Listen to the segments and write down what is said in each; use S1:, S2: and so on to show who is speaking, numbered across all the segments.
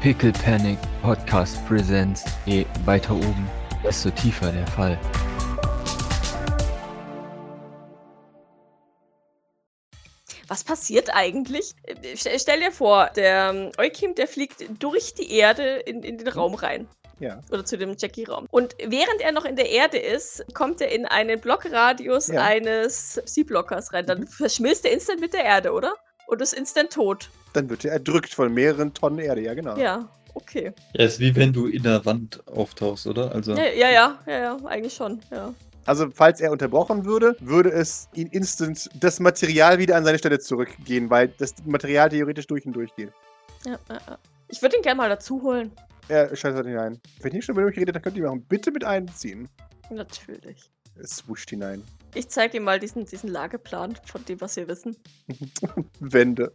S1: Pickle Panic Podcast Presents. Je weiter oben, desto tiefer der Fall.
S2: was passiert eigentlich? Äh, st- Stell dir vor, der ähm, Eukim, der fliegt durch die Erde in, in den Raum rein.
S3: Ja.
S2: Oder zu dem Jackie-Raum. Und während er noch in der Erde ist, kommt er in einen Blockradius
S3: Ja. Mhm.
S2: eines Sea-Blockers rein. Dann verschmilzt er instant mit der Erde, oder? Und ist instant tot.
S3: Dann wird er erdrückt von mehreren Tonnen Erde, ja genau.
S2: Ja, okay.
S4: Ja, ist wie wenn du in der Wand auftauchst, oder? Also,
S2: Ja, ja, ja, ja, ja eigentlich schon. Ja.
S3: Also falls er unterbrochen würde, würde es ihn instant das Material wieder an seine Stelle zurückgehen, weil das Material theoretisch durch und durch geht.
S2: Ja, ja, ja. Ich würde ihn gerne mal dazu holen.
S3: Er scheitert hinein. Wenn ihr schon mit euch geredet, dann könnt ihr ihn auch bitte mit einziehen.
S2: Natürlich.
S3: Es wuscht hinein.
S2: Ich zeige ihm mal diesen, diesen Lageplan von dem, was wir wissen.
S3: Wände.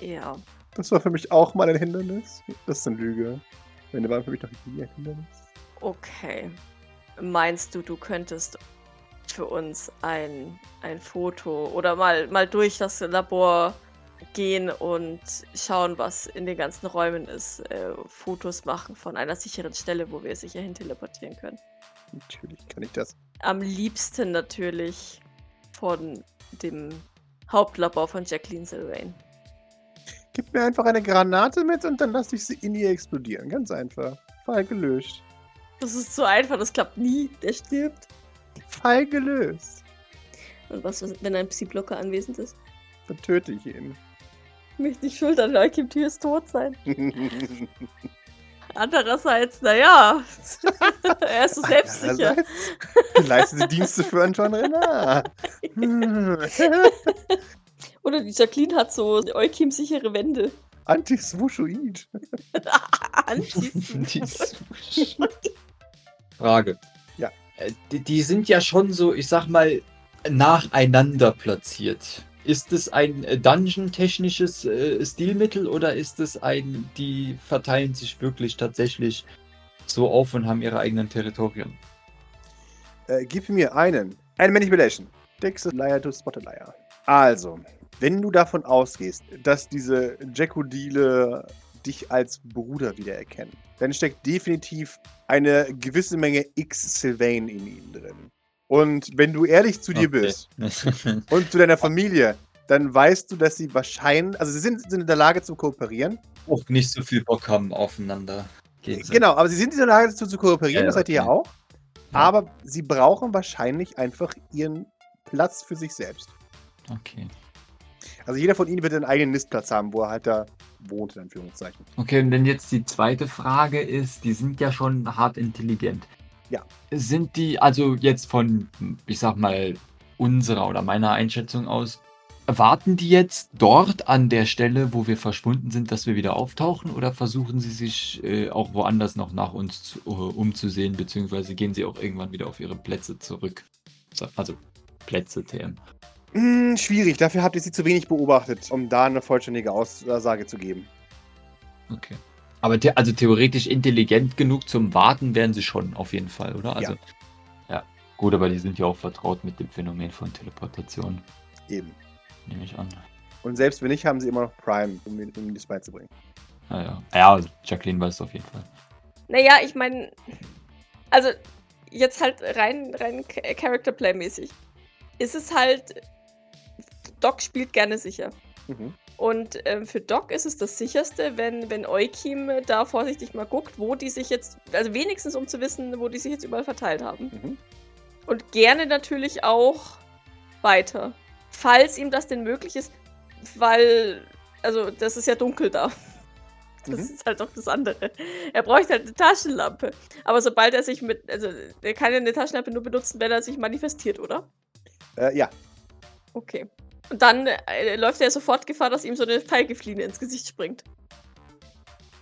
S2: Ja.
S3: Das war für mich auch mal ein Hindernis. Das ist eine Lüge. Wände waren für mich noch nie ein Hindernis.
S2: Okay. Meinst du, du könntest für uns ein, ein Foto oder mal, mal durch das Labor gehen und schauen, was in den ganzen Räumen ist? Äh, Fotos machen von einer sicheren Stelle, wo wir sicher hin teleportieren können.
S3: Natürlich kann ich das.
S2: Am liebsten natürlich von dem Hauptlabor von Jacqueline Sylvain.
S3: Gib mir einfach eine Granate mit und dann lasse ich sie in ihr explodieren. Ganz einfach. Fall gelöst.
S2: Das ist so einfach, das klappt nie. Der stirbt.
S3: Fall gelöst.
S2: Und was, wenn ein Psy-Blocker anwesend ist?
S3: Dann töte ich ihn.
S2: Mich nicht schuld an Leukim Tür tot sein. Andererseits, naja, er ist so selbstsicher.
S3: Andererseits Leistete Dienste für Antoine Renard. Hm.
S2: Oder die Jacqueline hat so Eukim-sichere Wände.
S3: Antiswuschuid.
S2: Anschließend.
S5: Die Frage.
S3: Ja.
S5: Äh, Die, die sind ja schon so, ich sag mal, nacheinander platziert. Ist es ein äh, Dungeon-technisches äh, Stilmittel oder ist es ein, die verteilen sich wirklich tatsächlich so auf und haben ihre eigenen Territorien?
S3: Äh, gib mir einen. Eine Manipulation. Dex a liar to spot a liar. Also, wenn du davon ausgehst, dass diese Jackodile dich als Bruder wiedererkennen, dann steckt definitiv eine gewisse Menge X-Sylvain in ihnen drin. Und wenn du ehrlich zu dir
S4: Okay.
S3: bist, und zu deiner Familie, dann weißt du, dass sie wahrscheinlich, also sie sind, sind in der Lage zu kooperieren.
S4: auch nicht so viel Bock haben aufeinander. Geht's.
S3: Genau, aber sie sind in der Lage zu, zu kooperieren,
S4: Ja,
S3: das seid ihr ja
S4: okay.
S3: auch.
S4: Ja.
S3: Aber sie brauchen wahrscheinlich einfach ihren Platz für sich selbst.
S4: Okay.
S3: Also jeder von ihnen wird einen eigenen Nistplatz haben, wo er halt da wohnt, in Anführungszeichen.
S5: Okay, und dann jetzt die zweite Frage ist, die sind ja schon hart intelligent.
S3: Ja.
S5: Sind die also jetzt von, ich sag mal, unserer oder meiner Einschätzung aus, warten die jetzt dort an der Stelle, wo wir verschwunden sind, dass wir wieder auftauchen oder versuchen sie sich äh, auch woanders noch nach uns zu, äh, umzusehen, beziehungsweise gehen sie auch irgendwann wieder auf ihre Plätze zurück? So, Also Plätze, TM.
S3: Hm, schwierig, dafür habt ihr sie zu wenig beobachtet, um da eine vollständige Aussage zu geben.
S5: Okay. Aber the also theoretisch intelligent genug zum Warten wären sie schon, auf jeden Fall, oder? Also, ja. Gut, aber die sind ja auch vertraut mit dem Phänomen von Teleportation,
S3: Eben.
S5: nehme ich an.
S3: Und selbst wenn nicht, haben sie immer noch Prime, um ihnen um ihnen das beizubringen.
S5: Naja. Ja,
S4: also
S5: Jacqueline weiß es auf jeden Fall.
S2: naja, ich meine, also jetzt halt rein, rein K- Character-Play-mäßig. Ist es halt, Doc spielt gerne sicher.
S3: Mhm.
S2: Und ähm, für Doc ist es das sicherste, wenn, wenn Eukim da vorsichtig mal guckt, wo die sich jetzt, also wenigstens um zu wissen, wo die sich jetzt überall verteilt haben.
S3: Mhm.
S2: Und gerne natürlich auch weiter. Falls ihm das denn möglich ist, weil, also, das ist ja dunkel da. Das
S3: Mhm.
S2: ist halt doch das andere. Er bräuchte halt eine Taschenlampe. Aber sobald er sich mit, also, er kann ja eine Taschenlampe nur benutzen, wenn er sich manifestiert, oder?
S3: Äh, ja,
S2: Okay. Und dann äh, läuft er sofort Gefahr, dass ihm so eine Feigefliege ins Gesicht springt.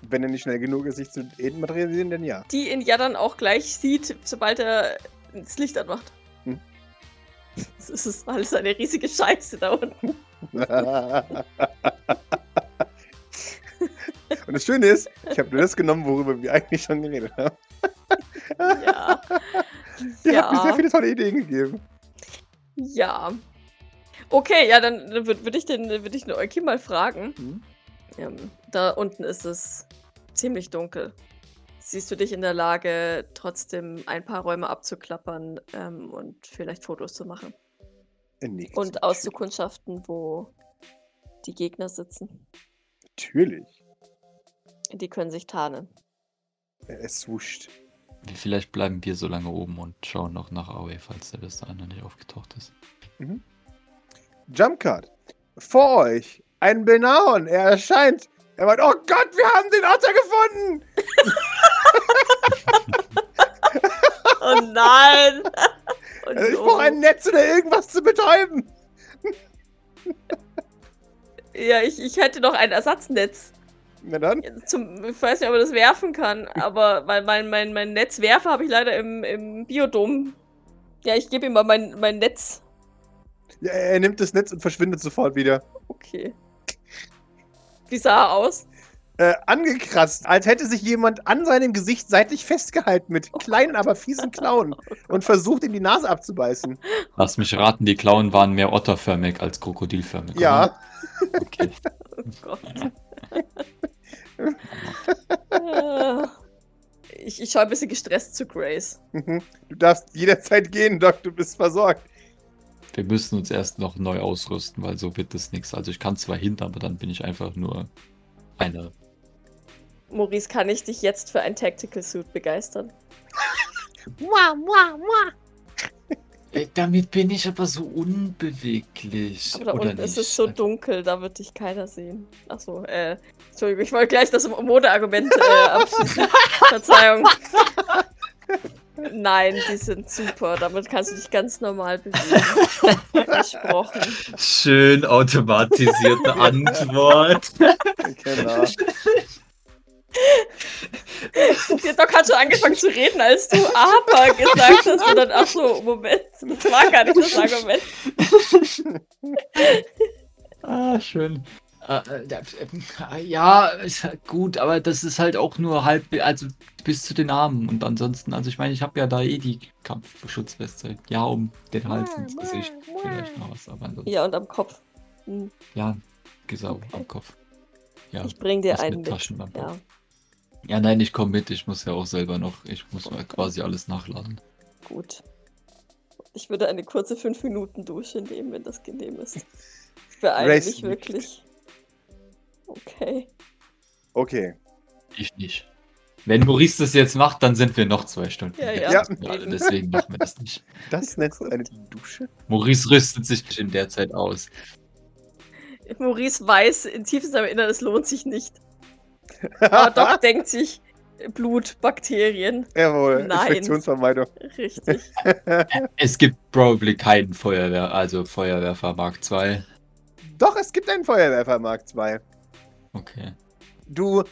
S3: wenn er nicht schnell genug ist, sich zu materialisieren, dann ja.
S2: Die ihn ja dann auch gleich sieht, sobald er äh, das Licht anmacht.
S3: Hm.
S2: Das ist alles eine riesige Scheiße da unten.
S3: Und das Schöne ist, ich habe nur das genommen, worüber wir eigentlich schon geredet haben.
S2: Ja.
S3: Ihr habt mir sehr viele tolle Ideen gegeben.
S2: ja. Okay, ja, dann würde würd ich den, würd ich den Euki mal fragen.
S3: Mhm.
S2: Ja, da unten ist es ziemlich dunkel. Siehst du dich in der Lage, trotzdem ein paar Räume abzuklappern ähm, und vielleicht Fotos zu machen?
S3: Äh, Nichts.
S2: Und auszukundschaften, wo die Gegner sitzen.
S3: Natürlich.
S2: Die können sich tarnen.
S3: Äh, Es wuscht.
S4: Wir- Vielleicht bleiben wir so lange oben und schauen noch nach Aue, falls der bis dahin noch nicht aufgetaucht ist.
S3: Jumpcard. Vor euch. Ein Benaun. Er erscheint. Er meint, oh Gott, wir haben den Otter gefunden.
S2: Oh nein! Und
S3: Also ich
S2: oh,
S3: brauche ein Netz oder irgendwas zu betäuben.
S2: ja, ich, ich hätte noch ein Ersatznetz.
S3: Na dann.
S2: Zum, ich weiß nicht, ob man das werfen kann, aber weil mein, mein, mein Netzwerfer habe ich leider im, im Biodom. Ja, ich gebe ihm mal mein, mein Netz.
S3: Ja, er nimmt das Netz und verschwindet sofort wieder.
S2: Okay. Wie sah er aus?
S3: Äh, angekratzt, als hätte sich jemand an seinem Gesicht seitlich festgehalten mit kleinen, aber fiesen Klauen und versucht, ihm die Nase abzubeißen.
S4: Lass mich raten, die Klauen waren mehr otterförmig als krokodilförmig.
S3: Ja,
S4: oder? Okay.
S2: Oh Gott. Äh, ich ich schaue ein bisschen gestresst zu Grace.
S3: mhm. du darfst jederzeit gehen, Doc, du bist versorgt.
S4: Wir müssen uns erst noch neu ausrüsten, weil so wird das nichts. Also ich kann zwar hin, aber dann bin ich einfach nur eine.
S2: Maurice, kann ich dich jetzt für ein Tactical Suit begeistern?
S4: Damit bin ich aber so unbeweglich.
S2: Aber da unten ist es so dunkel, da wird dich keiner sehen. Achso, äh, Entschuldigung, ich wollte gleich das Modeargument äh, abschließen. Verzeihung. Nein, die sind super, damit kannst du dich ganz normal bewegen. Versprochen.
S6: Schön automatisierte Antwort.
S3: Genau.
S2: Der Doc hat schon angefangen zu reden, als du aber gesagt hast. Und dann, ach so, Moment, das war gar nicht das Argument.
S4: Ah, schön. Äh, äh, da- äh, Ja, ist halt gut, aber das ist halt auch nur halb, also bis zu den Armen und ansonsten, also ich meine, ich habe ja da eh die Kampfschutzweste. Ja, um den Hals und das Gesicht vielleicht noch was, aber ansonsten,
S2: Ja, und am Kopf. Hm,
S4: ja, Gesau
S2: Okay.
S4: am Kopf. Ja,
S2: Ich bring dir
S4: was
S2: einen
S4: mit
S2: mit.
S4: Taschenlampe.
S2: Ja.
S4: ja, nein, ich komme mit, ich muss ja auch selber noch, ich muss mal quasi alles nachladen.
S2: Gut. Ich würde eine kurze 5-Minuten-Dusche nehmen, wenn das genehm ist. Ich beeile
S3: Race
S2: mich
S3: nicht.
S2: wirklich. Okay.
S3: Okay.
S4: Ich nicht. Wenn Maurice das jetzt macht, dann sind wir noch zwei Stunden.
S2: Ja,
S4: weg.
S2: ja.
S4: Ja,
S2: Eben.
S4: deswegen machen wir das nicht.
S3: Das nennst du eine Dusche?
S4: Maurice rüstet sich in der Zeit aus.
S2: Maurice weiß in tiefstem seinem Inneren, es lohnt sich nicht. Aber Doc denkt sich, Blut, Bakterien.
S3: Jawohl,
S2: Nein.
S3: Infektionsvermeidung.
S2: Richtig.
S4: Es gibt probably keinen Feuerwehr, also Feuerwerfer Mark II.
S3: Doch, es gibt einen Feuerwerfer Mark II.
S4: Okay.
S3: Du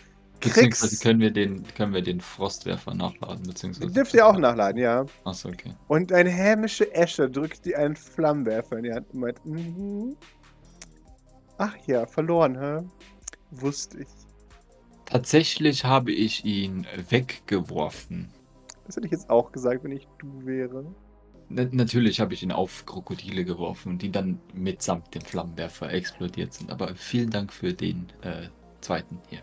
S4: Beziehungsweise
S3: kriegst.
S4: können wir den, können wir den Frostwerfer nachladen, beziehungsweise.
S3: Dürft ihr auch nachladen, ja.
S4: Achso, okay.
S3: Und eine hämische Esche drückt dir einen Flammenwerfer in die Hand und meint, mhm. Ach ja, verloren, hä? Wusste ich.
S4: Tatsächlich habe ich ihn weggeworfen.
S3: Das hätte ich jetzt auch gesagt, wenn ich du wäre.
S4: Na- natürlich habe ich ihn auf Krokodile geworfen, die dann mitsamt dem Flammenwerfer explodiert sind. Aber vielen Dank für den äh, zweiten hier.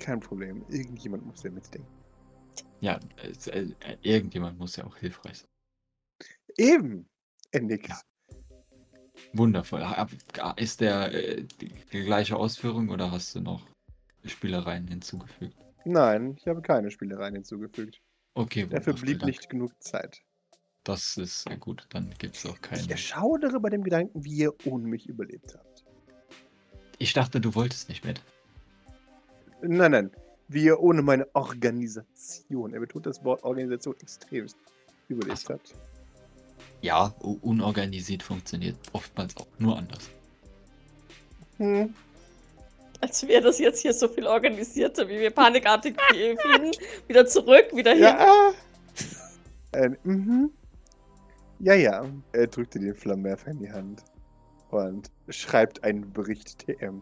S3: Kein Problem. Irgendjemand muss ja mitdenken.
S4: Ja, es- äh, irgendjemand muss ja auch hilfreich sein.
S3: Eben. Er nickt.
S4: Ja. Wundervoll. Hab- Ist der äh, die gleiche Ausführung oder hast du noch Spielereien hinzugefügt?
S3: Nein, ich habe keine Spielereien hinzugefügt.
S4: Okay,
S3: Dafür
S4: wundervoll,
S3: blieb
S4: danke.
S3: nicht genug Zeit.
S4: Das ist äh, gut, dann gibt es auch
S3: Ich
S4: keine.
S3: erschaudere bei dem Gedanken, wie ihr ohne mich überlebt habt.
S4: Ich dachte, du wolltest nicht mit.
S3: Nein, nein. Wie ihr ohne meine Organisation, er betont das Wort Organisation extremst, überlebt habt.
S4: Ja, u- unorganisiert funktioniert oftmals auch nur anders.
S3: Hm.
S2: Als wäre das jetzt hier so viel organisierter, wie wir panikartig flie- fliegen. Wieder zurück, wieder hin.
S3: Ja. äh, mhm. Ja, ja. Er drückte den Flammenwerfer in die Hand und schreibt einen Bericht TM.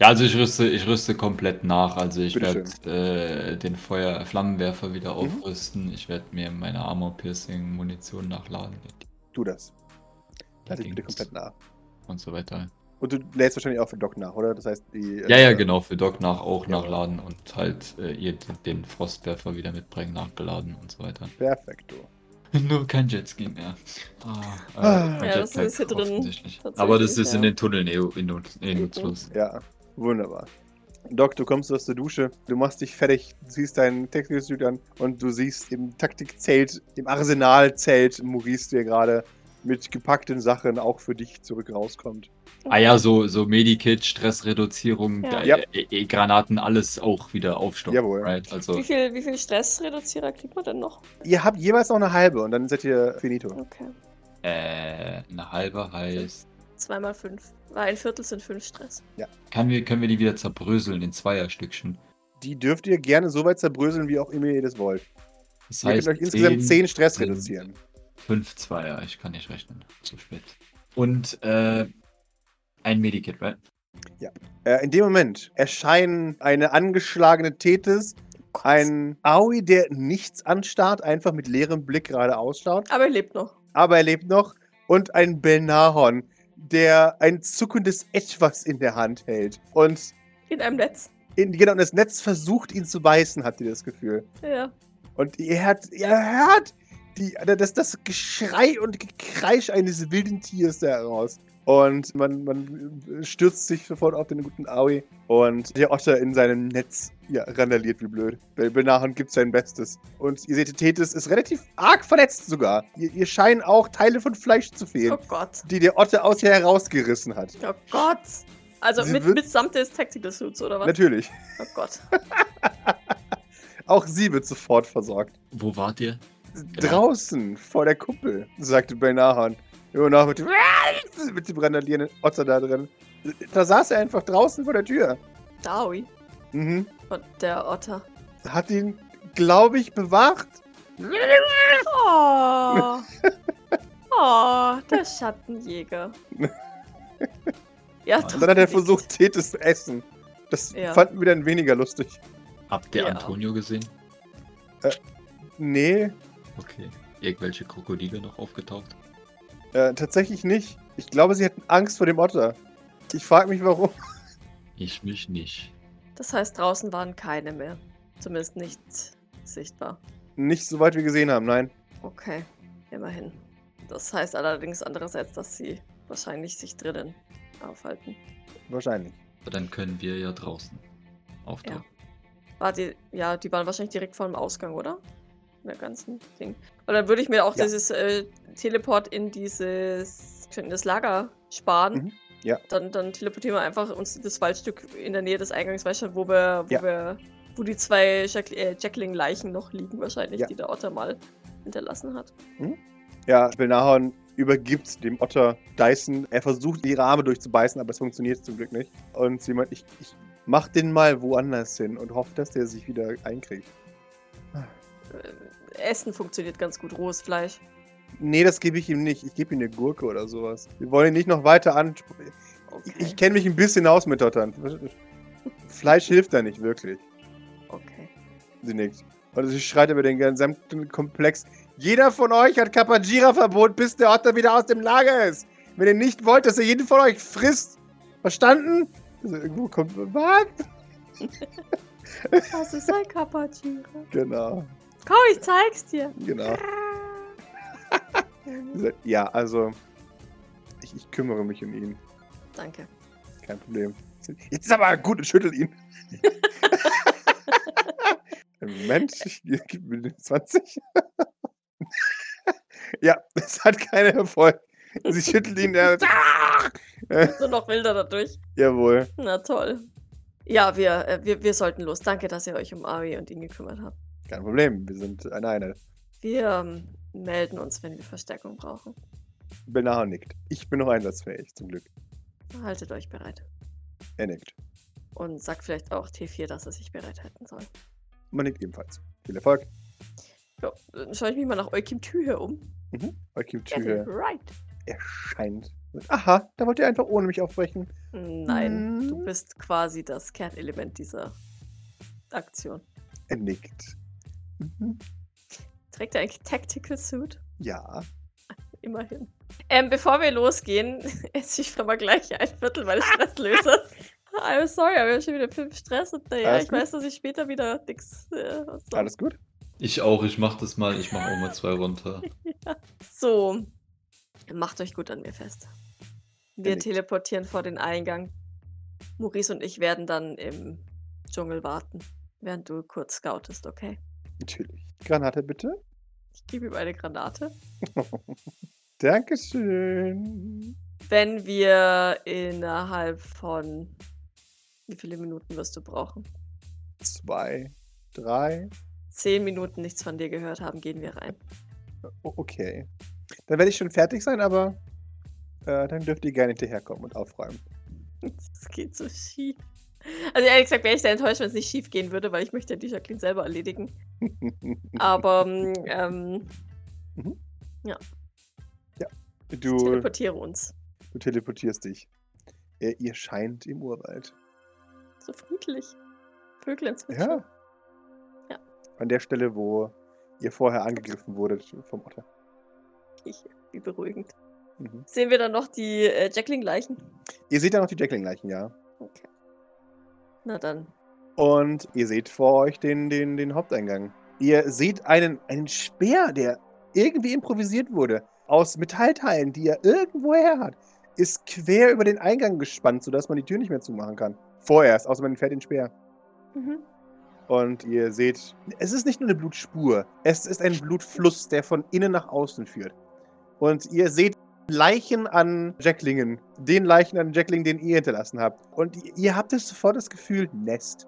S4: Ja, also ich rüste, ich rüste komplett nach. Also ich
S3: Bitteschön.
S4: werde äh, den Feuer Flammenwerfer wieder
S3: Mhm.
S4: aufrüsten. Ich werde mir meine Armor-Piercing-Munition nachladen.
S3: Tu das. Lade dich bitte
S4: Dings
S3: komplett nach.
S4: Und so weiter.
S3: Und du lädst wahrscheinlich auch für Doc nach, oder? Das heißt, die.
S5: Ja, ja,
S3: äh,
S5: genau, für Doc nach auch
S3: Ja.
S5: nachladen und halt äh, ihr den- den Frostwerfer wieder mitbringen, nachgeladen und so weiter.
S3: Perfekto.
S5: Nur kein Jetski mehr. Ah,
S3: Ah.
S5: kein
S2: Ja, das
S5: Jetpack,
S2: ist hier drin.
S5: offensichtlich.
S4: Aber das
S2: Tatsächlich,
S4: ist in
S2: ja. Mhm.
S4: den Tunneln eh, eh nut- eh nutzlos.
S3: Ja, wunderbar. Doc, du kommst aus der Dusche, du machst dich fertig, du siehst deinen Technikstück an und du siehst im Taktikzelt, im Arsenalzelt Maurice, der gerade mit gepackten Sachen auch für dich zurück rauskommt.
S5: Ah ja, so, so Medikit, Stressreduzierung,
S2: Ja.
S5: äh,
S3: Ja.
S5: äh, äh, Granaten, alles auch wieder aufstocken.
S3: Jawohl.
S5: Right? Also,
S2: Wie viel, wie viel Stressreduzierer kriegt man denn noch?
S3: Ihr habt jeweils noch eine halbe und dann seid ihr finito.
S2: Okay.
S5: äh, eine halbe heißt.
S2: Zweimal fünf. Weil ein Viertel sind fünf Stress.
S5: Kann wir, können wir die wieder zerbröseln in Zweierstückchen?
S3: Die dürft ihr gerne so weit zerbröseln, wie auch immer ihr das wollt.
S5: Das
S3: Ihr könnt euch insgesamt 10 Stress reduzieren.
S5: Fünf Zweier, ich kann nicht rechnen. Zu spät. Und äh, ein Medikit, right?
S3: Äh, in dem Moment erscheinen eine angeschlagene Tethys, ein Aoi, der nichts anstarrt, einfach mit leerem Blick gerade ausschaut.
S2: Aber er lebt noch.
S3: aber er lebt noch. Und ein Belnahorn, der ein zuckendes Etwas in der Hand hält. Und
S2: In einem Netz.
S3: in, genau, und das Netz versucht ihn zu beißen, habt ihr das Gefühl.
S2: Ja.
S3: Und ihr hört, ihr hört die, das, das Geschrei und Gekreisch eines wilden Tiers da heraus. Und man, man stürzt sich sofort auf den guten Aoi. Und der Otter in seinem Netz ja, randaliert wie blöd. Bel- Belnahorn gibt sein Bestes. Und ihr seht, Tethys ist relativ arg verletzt sogar. Ihr, ihr scheinen auch Teile von Fleisch zu fehlen
S2: Oh Gott.
S3: die der Otter aus ihr herausgerissen hat.
S2: Oh Gott. Also
S3: Sie
S2: mit,
S3: wird-
S2: mitsamt des Tactical Suits, oder was?
S3: Natürlich.
S2: Oh Gott.
S3: Auch sie wird sofort versorgt.
S5: Wo wart ihr?
S3: Draußen, vor der Kuppel, sagte Belnahorn. Immer noch mit dem, mit dem randalierenden Otter da drin. Da saß er einfach draußen vor der Tür.
S2: Daui.
S3: Mhm.
S2: Und der Otter.
S3: Hat ihn, glaube ich, bewacht.
S2: Oh. oh, der Schattenjäger. Ja,
S3: Und dann hat er
S2: nicht.
S3: versucht, Tee zu essen. Das
S2: Ja.
S3: fanden wir dann weniger lustig.
S5: Habt ihr
S2: Ja.
S5: Antonio gesehen?
S3: Nee,
S5: Okay. Irgendwelche Krokodile noch aufgetaucht?
S3: äh, tatsächlich nicht. Ich glaube, sie hatten Angst vor dem Otter. Ich frage mich, warum.
S5: Ich mich nicht.
S2: Das heißt, draußen waren keine mehr. Zumindest nicht sichtbar.
S3: Nicht so weit wir gesehen haben, nein.
S2: Okay, immerhin. Das heißt allerdings andererseits, dass sie wahrscheinlich sich drinnen aufhalten.
S3: Wahrscheinlich.
S5: Aber Dann können wir ja draußen auftauchen.
S2: War die, ja, die waren wahrscheinlich direkt vor dem Ausgang, oder? In der ganzen Ding. Und dann würde ich mir auch
S3: Ja.
S2: dieses äh, Teleport in dieses in das Lager sparen.
S3: Mhm, ja.
S2: Dann, dann teleportieren wir einfach uns das Waldstück in der Nähe des Eingangs, weißt du, wo wir, wo
S3: Ja.
S2: wir, wo die zwei Jack äh, Jackling-Leichen noch liegen, wahrscheinlich,
S3: Ja.
S2: die der Otter mal hinterlassen hat.
S3: Ja, Belnahorn übergibt dem Otter Dyson. Er versucht, ihre Arme durchzubeißen, aber es funktioniert zum Glück nicht. Und sie meint, ich, ich mach den mal woanders hin und hoffe, dass der sich wieder einkriegt.
S2: Äh, Essen funktioniert ganz gut, rohes Fleisch.
S3: Nee, das gebe ich ihm nicht. Ich gebe ihm eine Gurke oder sowas. Wir wollen ihn nicht noch weiter an.
S2: Okay.
S3: Ich, ich kenne mich ein bisschen aus mit Ottern. Fleisch hilft da nicht wirklich.
S2: okay.
S3: Sie nickt. Und sie schreit über den gesamten Komplex. Jeder von euch hat Kapajira-Verbot, bis der Otter wieder aus dem Lager ist. Wenn ihr nicht wollt, dass er jeden von euch frisst. Verstanden? Also irgendwo kommt. Was?
S2: Das ist ein Kapachiro.
S3: Genau,
S2: Komm, ich zeig's dir.
S3: genau. Sie sagt, ja, also. Ich, ich kümmere mich um ihn.
S2: Danke.
S3: Kein Problem. Jetzt ist aber gut und schüttelt ihn. Moment, ich gib mir den 20. ja, das hat keinen Erfolg. Sie schüttelt ihn. Er, Ah!
S2: Nur noch wilder dadurch.
S3: Jawohl.
S2: Na toll. Ja, wir, äh, wir, wir sollten los. Danke, dass ihr euch um Ari und ihn gekümmert habt.
S3: Kein Problem, wir sind eine Einheit.
S2: Wir ähm, melden uns, wenn wir Verstärkung brauchen.
S3: Benar nickt. Ich bin noch einsatzfähig, zum Glück.
S2: Haltet euch bereit.
S3: Er nickt.
S2: Und sagt vielleicht auch T4, dass er sich bereit halten soll.
S3: Man nickt ebenfalls. Viel Erfolg.
S2: Ja, dann schaue ich mich mal nach Eukim Tühe um.
S3: Mhm. Eukim
S2: Get
S3: Tühe
S2: it right.
S3: erscheint. Aha, da wollt ihr einfach ohne mich aufbrechen.
S2: Nein,
S3: Hm.
S2: du bist quasi das Kernelement dieser Aktion.
S3: Er nickt. Mhm.
S2: Trägt er eigentlich Tactical Suit?
S3: Ja.
S2: immerhin. Ähm, bevor wir losgehen, esse ich schon mal gleich ein Viertel meines Stresslösers. I'm sorry, aber ich habe schon wieder fünf Stress und naja,
S3: Alles
S2: ich
S3: gut.
S2: weiß, dass ich später wieder nix. Äh, was soll.
S3: Alles gut?
S4: Ich auch, ich mach das mal, ich mach auch mal zwei runter.
S2: So, macht euch gut an mir fest. Wir
S3: Bin ich.
S2: teleportieren vor den Eingang. Maurice und ich werden dann im Dschungel warten, während du kurz scoutest, okay?
S3: Natürlich. Granate bitte.
S2: Ich gebe ihm eine Granate.
S3: Dankeschön.
S2: Wenn wir innerhalb von. Wie viele Minuten wirst du brauchen?
S3: Zwei, drei.
S2: Zehn Minuten nichts von dir gehört haben, gehen wir rein.
S3: O- Okay. Dann werde ich schon fertig sein, aber äh, dann dürft ihr gerne hinterherkommen und aufräumen.
S2: Das geht so schief. Also ehrlich gesagt wäre ich sehr enttäuscht, wenn es nicht schief gehen würde, weil ich möchte ja die Jacqueline selber erledigen. Aber ähm, ich
S3: du,
S2: teleportiere uns.
S3: du teleportierst dich. Äh, ihr scheint im Urwald.
S2: So friedlich. Vögel ins
S3: Ja.
S2: Ja.
S3: An der Stelle, wo ihr vorher angegriffen wurdet vom Otter.
S2: Wie beruhigend.
S3: Mhm.
S2: Sehen wir dann noch die äh, Jacqueline-Leichen?
S3: Ihr seht ja noch die Jackling-Leichen, ja.
S2: Okay. Na dann.
S3: Und ihr seht vor euch den, den, den Haupteingang. Ihr seht einen, einen Speer, der irgendwie improvisiert wurde. Aus Metallteilen, die er irgendwo her hat. Ist quer über den Eingang gespannt, sodass man die Tür nicht mehr zumachen kann. Vorerst, außer man fährt den Speer.
S2: Mhm.
S3: Und ihr seht, es ist nicht nur eine Blutspur, es ist ein Blutfluss, der von innen nach außen führt. Und ihr seht Leichen an Jacklingen, den Leichen an Jacklingen, den ihr hinterlassen habt. Und ihr, ihr habt es sofort das Gefühl, Nest.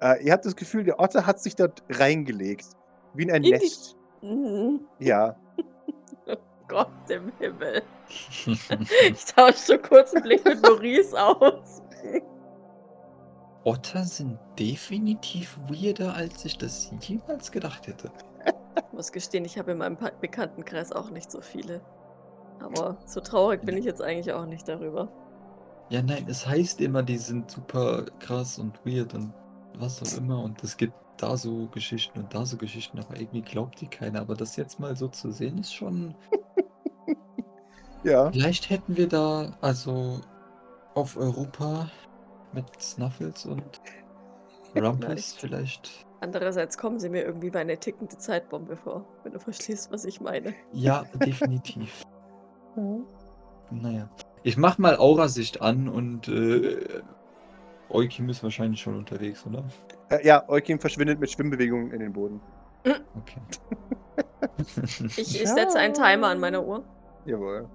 S3: Äh, ihr habt das Gefühl, der Otter hat sich dort reingelegt. Wie in ein
S2: In die-
S3: Nest.
S2: Mhm.
S3: Ja.
S2: Gott im Himmel. Ich tausche so kurz einen Blick mit Maurice aus.
S4: Otter sind definitiv weirder, als ich das jemals gedacht hätte.
S2: Ich muss gestehen, ich habe in meinem Pa- Bekanntenkreis auch nicht so viele. Aber so traurig bin ich jetzt eigentlich auch nicht darüber.
S4: Ja, nein, es heißt immer, die sind super krass und weird und was auch immer und es gibt da so Geschichten und da so Geschichten, aber irgendwie glaubt die keiner. Aber das jetzt mal so zu sehen, ist schon.
S3: Ja.
S4: Vielleicht hätten wir da also auf Europa mit Snuffles und Rumpus
S2: Vielleicht.
S4: vielleicht.
S2: Andererseits kommen sie mir irgendwie wie eine tickende Zeitbombe vor, wenn du verstehst, was ich meine.
S4: Ja, definitiv.
S2: Hm.
S4: Naja. Ich mach mal Aurasicht an und äh, Eukim ist wahrscheinlich schon unterwegs, oder?
S3: Äh, ja, Eukim verschwindet mit Schwimmbewegungen in den Boden.
S4: Okay.
S2: Ich, ich setze einen Timer an meiner Uhr.
S3: Jawohl.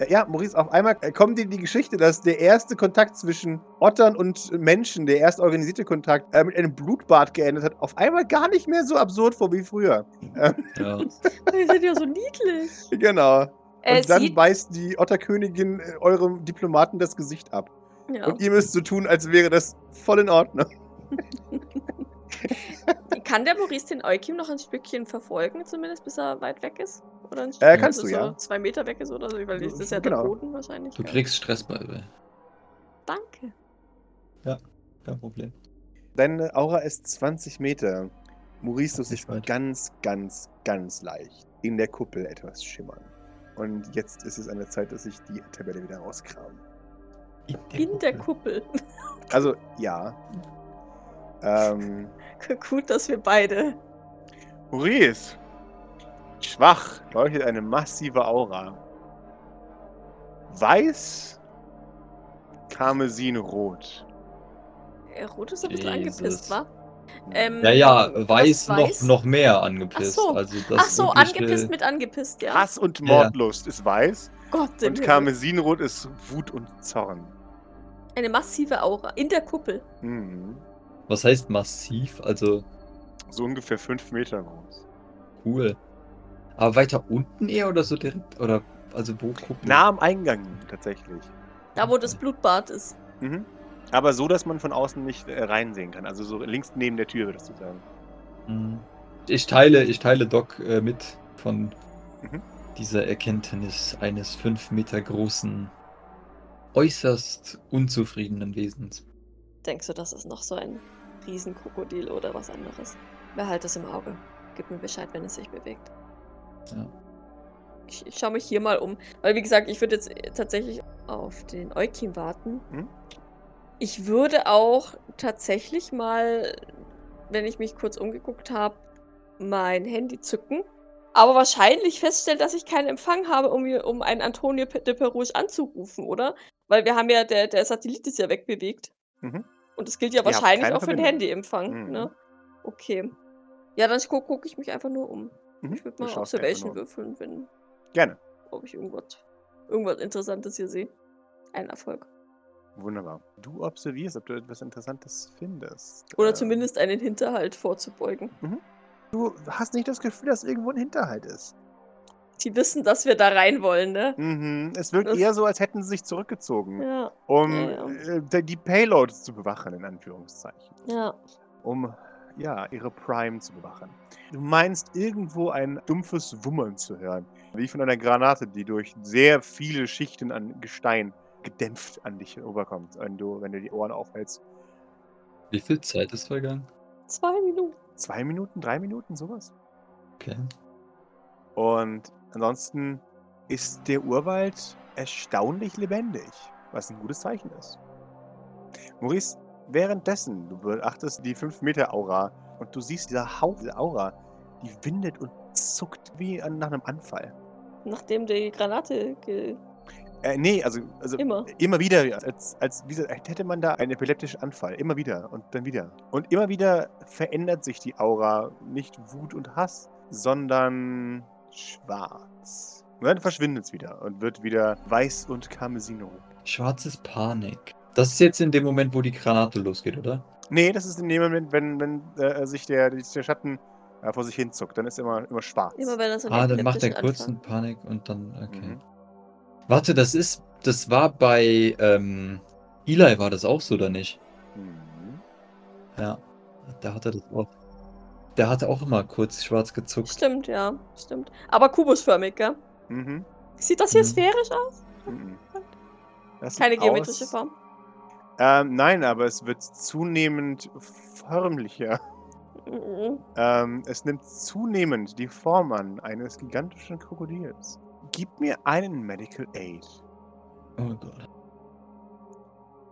S3: Ja, ja, Maurice, auf einmal äh, kommt dir die Geschichte, dass der erste Kontakt zwischen Ottern und Menschen, der erst organisierte Kontakt, äh, mit einem Blutbad geendet hat, auf einmal gar nicht mehr so absurd vor wie früher.
S4: ja.
S2: Die sind ja so niedlich.
S3: Genau.
S2: Äh,
S3: und dann
S2: sieht,
S3: beißt die Otterkönigin äh, eurem Diplomaten das Gesicht ab.
S2: ja.
S3: Und ihr müsst so tun, als wäre das voll in Ordnung.
S2: Kann der Maurice den Eukim noch ein Stückchen verfolgen, zumindest bis er weit weg ist? Oder ein
S3: Äh, kannst
S2: also
S3: du,
S2: so
S3: ja.
S2: zwei Meter weg ist oder so, weil das ist ja
S3: Genau.
S2: der Boden wahrscheinlich.
S4: Du
S2: ja.
S4: kriegst Stressball.
S2: Danke.
S4: Kein Problem.
S3: Deine Aura ist 20 Meter. Maurice, du
S4: Das ist
S3: siehst
S4: weit.
S3: ganz, ganz, ganz leicht in der Kuppel etwas schimmern. Und jetzt ist es an der Zeit, dass ich die Tabelle wieder rauskramen.
S2: In der Kuppel.
S3: Also, ja. Ähm,
S2: Gut, dass wir beide.
S3: Maurice! Schwach leuchtet eine massive Aura. Weiß, karmesinrot.
S2: Äh, Rot ist ein bisschen
S4: Jesus.
S2: angepisst, wa? Ähm,
S4: Ja, ja, weiß,
S2: Was
S4: noch, noch mehr angepisst.
S2: Ach so.
S4: Also das
S2: Ach so,
S4: wirkliche-
S2: angepisst mit angepisst, ja.
S3: Hass und
S4: Ja, ja.
S3: Mordlust ist weiß
S2: Gott im
S3: und
S2: Himmel.
S3: karmesinrot ist Wut und Zorn.
S2: Eine massive Aura. In der Kuppel.
S3: Mhm.
S4: Was heißt massiv? Also
S3: So ungefähr fünf Meter groß.
S4: cool. Aber weiter unten eher oder so direkt? Oder also wo gucken?
S3: Nah am Eingang tatsächlich.
S2: Da, wo das Blutbad ist.
S3: Mhm. Aber so, dass man von außen nicht äh, reinsehen kann. Also so links neben der Tür, würdest du sagen.
S4: Mhm. Ich teile, ich teile Doc äh, mit von
S3: Mhm.
S4: dieser Erkenntnis eines fünf Meter großen, äußerst unzufriedenen Wesens.
S2: Denkst du, das ist noch so ein Riesenkrokodil oder was anderes? Behalt es im Auge. Gib mir Bescheid, wenn es sich bewegt. Ich, ich schaue mich hier mal um. Weil, wie gesagt, ich würde jetzt äh, tatsächlich auf den Eukin warten.
S3: Mhm.
S2: Ich würde auch tatsächlich mal, wenn ich mich kurz umgeguckt habe, mein Handy zücken. Aber wahrscheinlich feststellen, dass ich keinen Empfang habe, um, mir- um einen Antonio Pe- de Perouge anzurufen, oder? Weil wir haben ja, der, der Satellit ist ja wegbewegt.
S3: Mhm.
S2: Und das gilt ja
S3: Ihr habt
S2: wahrscheinlich
S3: keine
S2: auch für den
S3: Verbindung.
S2: Handyempfang,
S3: Mhm.
S2: ne? Okay. Ja, dann gucke guck ich mich einfach nur um.
S3: Mhm.
S2: Ich würde
S3: Du
S2: mal
S3: schaust dir einfach
S2: Observation
S3: nur um.
S2: würfeln, wenn,
S3: Gerne.
S2: ob ich irgendwas, irgendwas Interessantes hier sehe. Ein Erfolg.
S3: Wunderbar. Du observierst, ob du etwas Interessantes findest.
S2: Oder
S3: Ähm,
S2: zumindest einen Hinterhalt vorzubeugen.
S3: Du hast nicht das Gefühl, dass irgendwo ein Hinterhalt ist.
S2: Die wissen, dass wir da rein wollen, ne?
S3: Mhm. Es wirkt
S2: Das-
S3: eher so, als hätten sie sich zurückgezogen,
S2: Ja,
S3: um
S2: ja, ja.
S3: äh, de- die Payloads zu bewachen, in Anführungszeichen.
S2: ja.
S3: Um ja, ihre Prime zu bewachen. Du meinst irgendwo ein dumpfes Wummern zu hören, wie von einer Granate, die durch sehr viele Schichten an Gestein gedämpft an dich rüberkommt, wenn du, wenn du die Ohren aufhältst.
S4: Wie viel Zeit ist vergangen?
S2: Zwei Minuten.
S3: Zwei Minuten, drei Minuten, sowas.
S4: Okay.
S3: Und ansonsten ist der Urwald erstaunlich lebendig, was ein gutes Zeichen ist. Maurice, währenddessen, du beachtest die 5-Meter-Aura und du siehst, dieser Hauch dieser Aura, die windet und zuckt wie an- nach einem Anfall.
S2: Nachdem die Granate ge
S3: Äh, nee, also, also
S2: immer.
S3: immer wieder, als, als, wie, so- als hätte man da einen epileptischen Anfall. Immer wieder und dann wieder. Und immer wieder verändert sich die Aura nicht Wut und Hass, sondern schwarz. Und dann verschwindet es wieder und wird wieder weiß und Karmesino.
S4: Schwarzes Panik. Das ist jetzt in dem Moment, wo die Granate losgeht, oder?
S3: Nee, das ist in dem Moment, wenn, wenn äh, sich der, der Schatten äh, vor sich hinzuckt. Dann ist immer, immer schwarz.
S2: Immer Also wenn er so einen
S4: Ah, dann macht er
S2: epileptischen
S4: kurz
S2: Anfall-
S4: einen Panik und dann. Okay.
S3: Mhm.
S4: Warte, das ist. Das war bei ähm, Eli war das auch so, oder nicht?
S3: Mhm.
S4: Ja. Da hatte das auch. Der hatte auch immer kurz schwarz gezuckt.
S2: Stimmt, ja. Stimmt. Aber kubusförmig, gell?
S3: Mhm.
S2: Sieht das hier
S4: Mhm.
S2: sphärisch aus?
S3: Mhm. Das sieht
S2: Keine
S3: aus-
S2: geometrische Form.
S3: Ähm, nein, aber es wird zunehmend förmlicher.
S2: Mhm.
S3: Ähm, es nimmt zunehmend die Form an eines gigantischen Krokodils. Gib mir einen Medical Aid.
S4: Oh Gott.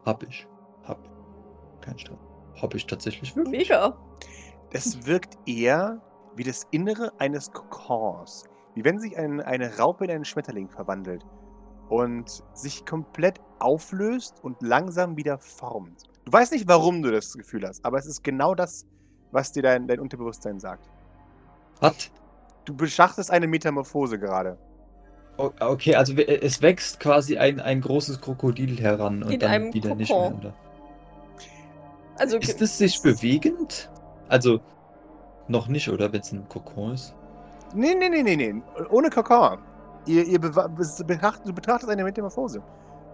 S4: Hab ich. Hab. Kein Stress. Hab ich tatsächlich wirklich.
S2: Mega.
S3: Es wirkt eher wie das Innere eines Kokons. Wie wenn sich ein, eine Raupe in einen Schmetterling verwandelt und sich komplett auflöst und langsam wieder formt. Du weißt nicht, warum du das Gefühl hast, aber es ist genau das, was dir dein, dein Unterbewusstsein sagt.
S4: Hat.
S3: Du beschachtest eine Metamorphose gerade.
S4: O- Okay, also we- es wächst quasi ein, ein großes Krokodil heran und
S2: In
S4: dann
S2: einem
S4: wieder nicht
S2: Kokon.
S4: mehr, oder?
S2: Also
S4: Ist es sich bewegend? Also, noch nicht, oder? Wenn es ein Kokon ist.
S3: Nee, nee, nee, nee, nee. Ohne Kakao. Ihr, ihr bewa- bes- betracht, du betrachtest eine Metamorphose.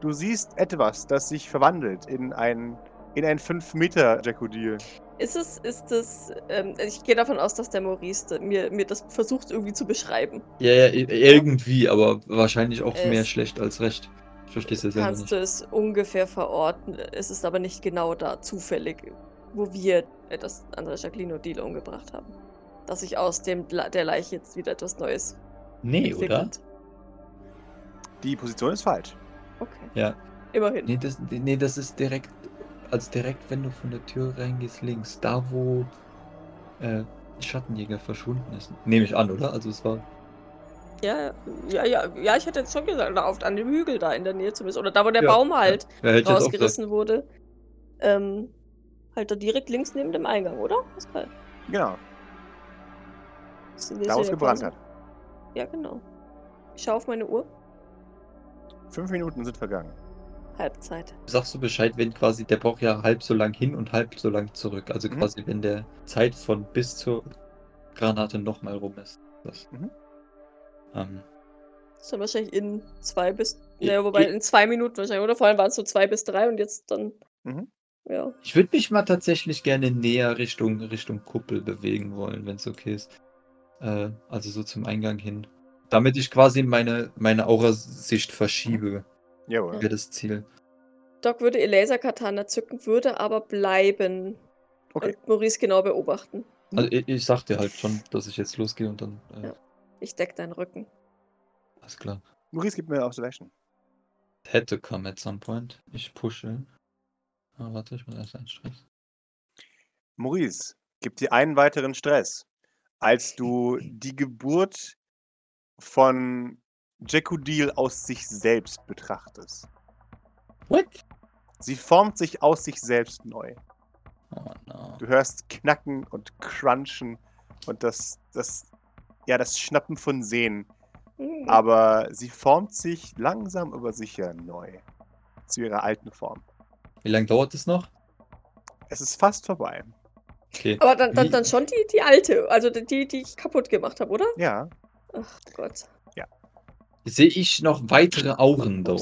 S3: Du siehst etwas, das sich verwandelt in ein, in ein 5 meter jacodil
S2: Ist es, ist es, ähm, also ich gehe davon aus, dass der Maurice da- mir, mir das versucht irgendwie zu beschreiben.
S4: Ja, ja, i- irgendwie, aber wahrscheinlich auch mehr
S2: Es-
S4: schlecht als recht. Ich verstehe es ja selber
S2: Kannst
S4: nicht.
S2: du es ungefähr verorten? Es ist aber nicht genau da zufällig, wo wir äh, das andere Jacqueline Odile umgebracht haben. Dass sich aus dem La- der Leiche jetzt wieder etwas Neues
S4: Nee, oder?
S2: entwickelt.
S3: Die Position ist falsch.
S2: Okay.
S4: Ja.
S2: Immerhin.
S4: Nee das, nee, das ist direkt, also direkt, wenn du von der Tür reingehst, links, da wo äh, Schattenjäger verschwunden ist. Nehme ich an, oder? Also es war.
S2: Ja, ja, ja, ja, ich hätte jetzt schon gesagt, da auf an dem Hügel da in der Nähe zumindest. Oder da, wo der
S4: Ja,
S2: Baum halt
S4: Ja, hätte ich jetzt auch gesagt.
S2: rausgerissen wurde. Ähm, halt da direkt links neben dem Eingang, oder? Pascal?
S3: Genau.
S2: Das ist-
S3: Da, wo es
S2: ja
S3: gebrannt
S2: quasi-
S3: hat.
S2: Ja, genau. Ich schaue auf meine Uhr.
S3: Fünf Minuten sind vergangen.
S2: Halbzeit.
S4: Sagst du Bescheid, wenn quasi, der braucht ja halb so lang hin und halb so lang zurück. Also
S3: Mhm.
S4: quasi, wenn der Zeit von bis zur Granate nochmal rum ist. Das.
S3: Mhm.
S4: Ähm,
S2: Das dann wahrscheinlich in zwei bis.
S4: I-
S2: Naja, wobei
S4: i-
S2: in zwei Minuten wahrscheinlich, oder? Vor allem waren es so zwei bis drei und jetzt dann.
S3: Mhm.
S2: Ja.
S4: Ich würde mich mal tatsächlich gerne näher Richtung, Richtung Kuppel bewegen wollen, wenn es okay ist. Äh, also so zum Eingang hin. Damit ich quasi meine, meine Aurasicht verschiebe,
S3: Jawohl.
S4: wäre das Ziel.
S2: Doc würde ihr Laserkatana zücken, würde aber bleiben.
S3: Okay.
S2: Und Maurice genau beobachten.
S4: Also ich, ich sag dir halt schon, dass ich jetzt losgehe und dann. Äh,
S2: Ja. Ich deck deinen Rücken.
S4: Alles klar.
S3: Maurice gibt mir Observation.
S4: Hätte come at some point. Ich pushe. Ah, warte, ich muss erst einen Stress.
S3: Maurice gibt dir einen weiteren Stress. Als du die Geburt von Jekudil aus sich selbst betrachtest.
S4: What?
S3: Sie formt sich aus sich selbst neu.
S4: Oh no.
S3: Du hörst Knacken und Crunchen und das, das, ja, das Schnappen von Sehnen.
S2: Hm.
S3: Aber sie formt sich langsam aber sicher neu zu ihrer alten Form.
S4: Wie lange dauert es noch?
S3: Es ist fast vorbei.
S4: Okay.
S2: Aber dann, dann,
S4: Wie-
S2: dann schon die, die alte, also die, die ich kaputt gemacht habe, oder?
S3: Ja.
S2: Ach Gott.
S4: Sehe ich noch weitere Auren da?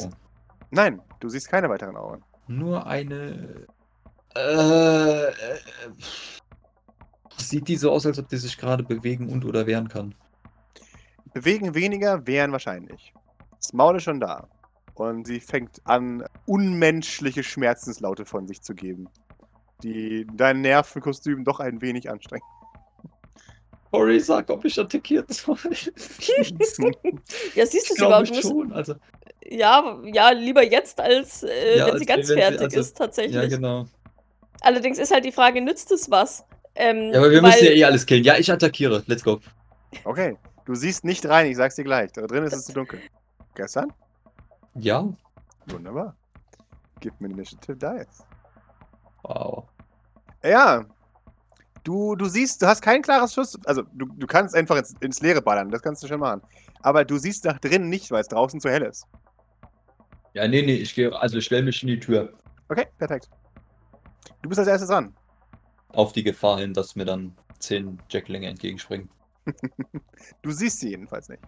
S3: Nein, du siehst keine weiteren Augen.
S4: Nur eine. Äh, äh, pff. sieht die so aus, als ob die sich gerade bewegen und oder wehren kann?
S3: Bewegen weniger, wären wahrscheinlich. Das Maul ist schon da. Und sie fängt an, unmenschliche Schmerzenslaute von sich zu geben, die dein Nervenkostüm doch ein wenig anstrengen.
S4: Hori, sag, ob ich attackiert wurde.
S2: Ja, siehst du
S4: ich
S2: sie überhaupt?
S4: glaube
S2: Du musst-
S4: schon. Also,
S2: Ja, ja, lieber jetzt, als äh,
S4: Ja,
S2: wenn
S4: als
S2: sie ganz
S4: wenn sie-
S2: fertig
S4: also-
S2: ist, tatsächlich.
S4: ja, genau.
S2: Allerdings ist halt die Frage, nützt es was? Ähm,
S4: Ja, aber wir
S2: weil-
S4: müssen ja eh alles killen. Ja, ich attackiere. Let's go.
S3: Okay, du siehst nicht rein, ich sag's dir gleich. Da drin ist es zu dunkel. Gestern?
S4: Ja.
S3: Wunderbar. Gib mir Initiative Dice.
S4: Wow.
S3: Ja. Du, du siehst, du hast kein klares Schuss. Also, du, du kannst einfach ins, ins Leere ballern, das kannst du schon machen. Aber du siehst nach drinnen nicht, weil es draußen zu hell ist.
S4: Ja, nee, nee, ich gehe, also stell mich in die Tür.
S3: Okay, perfekt. Du bist als erstes dran.
S4: Auf die Gefahr hin, dass mir dann 10 Jacklinge entgegenspringen.
S3: Du siehst sie jedenfalls nicht.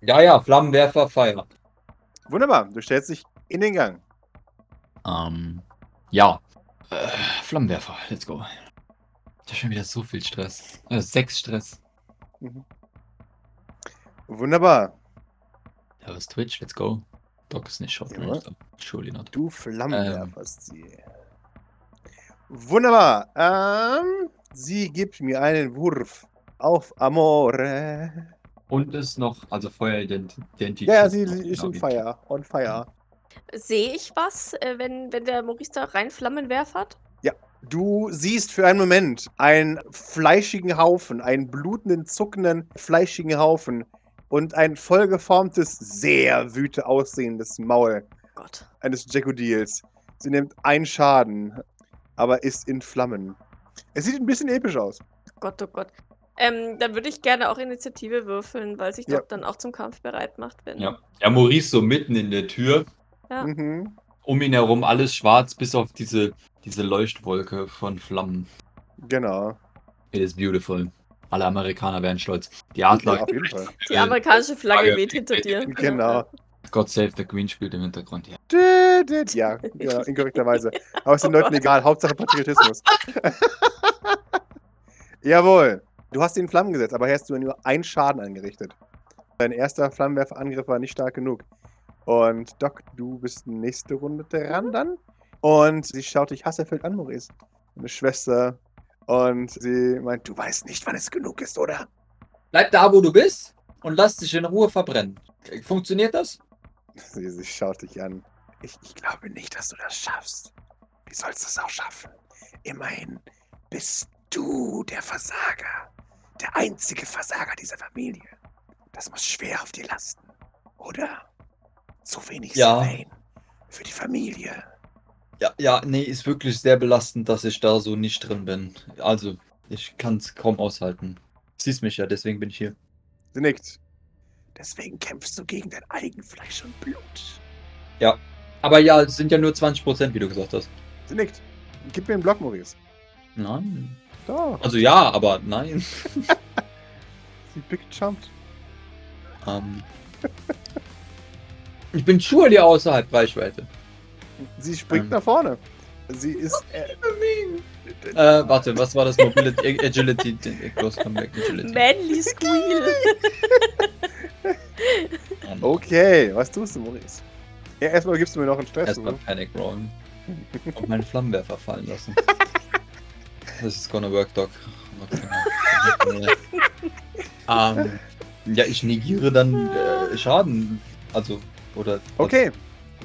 S4: Ja, ja, Flammenwerfer, Feier.
S3: Wunderbar, du stellst dich in den Gang.
S5: Ähm, ja. Äh, Flammenwerfer, let's go. Ich hab schon wieder so viel Stress. Äh, sechs Stress.
S3: Wunderbar,
S5: Da ist Twitch, let's go. Doc ist nicht short.
S3: Jawohl.
S5: range, though. Surely not.
S3: du Flammenwerferst sie. Wunderbar, ähm, sie gibt mir einen Wurf auf Amore.
S5: Und ist noch, also Feueridentität.
S3: Ja, ja, sie
S5: genau,
S3: ist on fire, on fire.
S2: Sehe ich was, äh, wenn, wenn der Maurice da rein Flammenwerf hat?
S3: Du siehst für einen Moment einen fleischigen Haufen, einen blutenden, zuckenden, fleischigen Haufen und ein vollgeformtes, sehr wüte aussehendes Maul
S2: Oh Gott.
S3: eines Jackodils. Sie nimmt einen Schaden, aber ist in Flammen. Es sieht ein bisschen episch aus.
S2: Gott, oh Gott. Ähm, dann würde ich gerne auch Initiative würfeln, weil sich
S3: Ja.
S2: Doc dann auch zum Kampf bereit macht, wenn.
S5: Ja. ja, Maurice so mitten in der Tür.
S2: Ja.
S3: Mhm.
S5: Um ihn herum alles schwarz, bis auf diese, diese Leuchtwolke von Flammen.
S3: Genau.
S5: It is beautiful. Alle Amerikaner wären stolz. Die Adler.
S3: auf jeden Fall.
S2: Die amerikanische Flagge
S5: Flagge
S2: weht hinter dir.
S3: Genau.
S5: God save the Queen spielt im Hintergrund. Ja.
S3: Dü- dü- Ja, genau, inkorrekterweise. Aber es ist den Leuten egal, Hauptsache Patriotismus. Jawohl. Du hast ihn in Flammen gesetzt, aber hier hast du nur einen Schaden angerichtet. Dein erster Flammenwerferangriff war nicht stark genug. Und Doc, du bist nächste Runde dran dann. Und sie schaut dich hasserfüllt an, Maurice. Eine Schwester. Und sie meint, du weißt nicht, wann es genug ist, oder?
S4: Bleib da, wo du bist und lass dich in Ruhe verbrennen. Funktioniert das?
S3: Sie, sie schaut dich an. Ich, ich glaube nicht, dass du das schaffst. Wie sollst du es auch schaffen? Immerhin bist du der Versager. Der einzige Versager dieser Familie. Das muss schwer auf dir lasten, oder? Zu wenig
S4: Ja.
S3: Sylvain. Für die Familie.
S4: Ja, ja, nee, ist wirklich sehr belastend, dass ich da so nicht drin bin. Also, ich kann es kaum aushalten. Siehst mich ja, deswegen bin ich hier.
S3: Sie nickt. Deswegen kämpfst du gegen dein eigen Fleisch und Blut.
S4: Aber ja, es sind ja nur 20%, wie du gesagt hast.
S3: Sie nickt. Gib mir einen Block, Maurice.
S4: Nein.
S3: Doch,
S4: Also ja, aber nein.
S3: sie big jumped.
S4: Ähm. Ich bin surely außerhalb Reichweite.
S3: Sie springt
S4: Ähm.
S3: nach vorne. Sie ist. Äh,
S4: Äh, warte, was war das Mobility Agility? Close Comeback Agility.
S2: Manly Squeal.
S3: Oh, Okay, was tust du, Maurice? Ja, erstmal gibst du mir noch einen Stress.
S4: Erstmal
S3: oder?
S4: Panic Rollen. Und meinen Flammenwerfer fallen lassen. Das ist gonna work, Doc. Ähm, Ja, ich negiere dann äh, Schaden. Also, oder.
S3: Okay,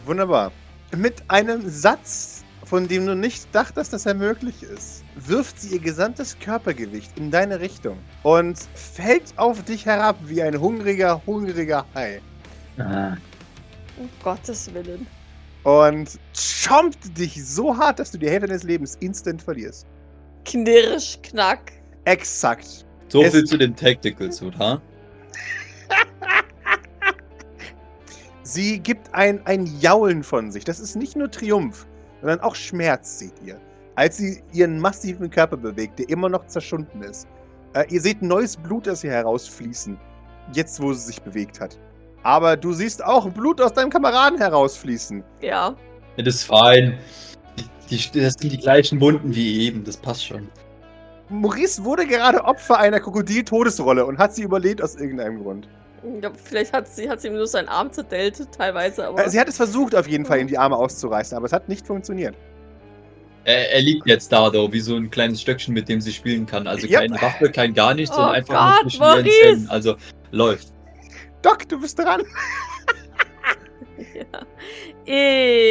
S3: wunderbar. Mit einem Satz, von dem du nicht dachtest, dass er möglich ist, wirft sie ihr gesamtes Körpergewicht in deine Richtung und fällt auf dich herab wie ein hungriger, hungriger Hai.
S5: Ah,
S2: Um Gottes Willen.
S3: Und schompt dich so hart, dass du die Hälfte deines Lebens instant verlierst.
S2: Knirsch, knack.
S3: Exakt.
S4: So
S3: Es-
S4: viel zu den Tacticals, oder?
S3: Sie gibt ein, ein Jaulen von sich. Das ist nicht nur Triumph, sondern auch Schmerz, seht ihr. Als sie ihren massiven Körper bewegt, der immer noch zerschunden ist. Äh, ihr seht neues Blut aus ihr herausfließen, jetzt wo sie sich bewegt hat. Aber du siehst auch Blut aus deinem Kameraden herausfließen.
S2: Ja.
S4: Ja, das ist fein. Die, die, das sind die gleichen Wunden wie eben, das passt schon.
S3: Maurice wurde gerade Opfer einer Krokodil-Todesrolle und hat sie überlebt aus irgendeinem Grund. Äh,
S2: Ich glaub, vielleicht hat sie, hat sie ihm nur seinen Arm zerdellt, teilweise, aber.
S3: Äh, sie hat es versucht, auf jeden Fall in die Arme auszureißen, aber es hat nicht funktioniert.
S4: Er, er liegt jetzt da, though, wie so ein kleines Stöckchen, mit dem sie spielen kann. Also
S3: Yep.
S4: keine Waffe, kein gar nichts, sondern
S2: Oh
S4: einfach
S2: Gott,
S4: nur zwischen ihren
S2: Maurice!
S4: Zähnen. Also läuft.
S3: Doc, du bist dran.
S2: Ja.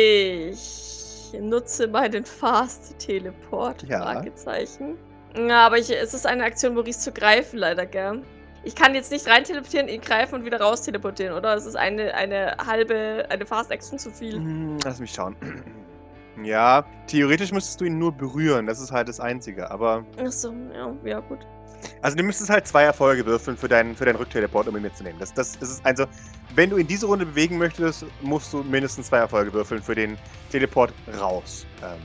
S2: Ich nutze meinen Fast Teleport.
S3: Ja.
S2: Fragezeichen. Ja, aber ich, es ist eine Aktion, Maurice zu greifen, leider, gell? Ich kann jetzt nicht rein teleportieren, ihn greifen und wieder raus teleportieren, oder? Es ist eine, eine halbe, eine Fast Action zu viel.
S3: Hm, Lass mich schauen. Ja, theoretisch müsstest du ihn nur berühren, das ist halt das Einzige. Aber.
S2: Achso, ja, ja, gut.
S3: Also du müsstest halt zwei Erfolge würfeln für deinen, für deinen Rückteleport, um ihn mitzunehmen. Das, das, das ist also, wenn du in diese Runde bewegen möchtest, musst du mindestens zwei Erfolge würfeln für den Teleport raus. Ähm,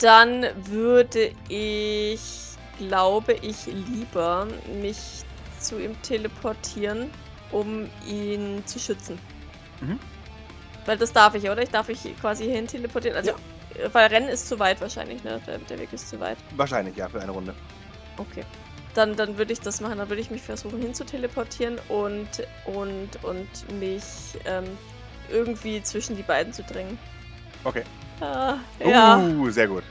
S2: Dann würde ich, glaube ich, lieber mich zu ihm teleportieren, um ihn zu schützen.
S3: Mhm.
S2: Weil das darf ich, oder? Ich darf mich quasi hierhin teleportieren. Also, äh, weil Rennen ist zu weit wahrscheinlich, ne? Der, der Weg ist zu weit.
S3: wahrscheinlich, ja, für eine Runde.
S2: Okay. Dann, dann würde ich das machen. Dann würde ich mich versuchen hinzuteleportieren und, und, und mich ähm, irgendwie zwischen die beiden zu drängen.
S3: Okay.
S2: Ah, ja,
S3: Uh, sehr gut.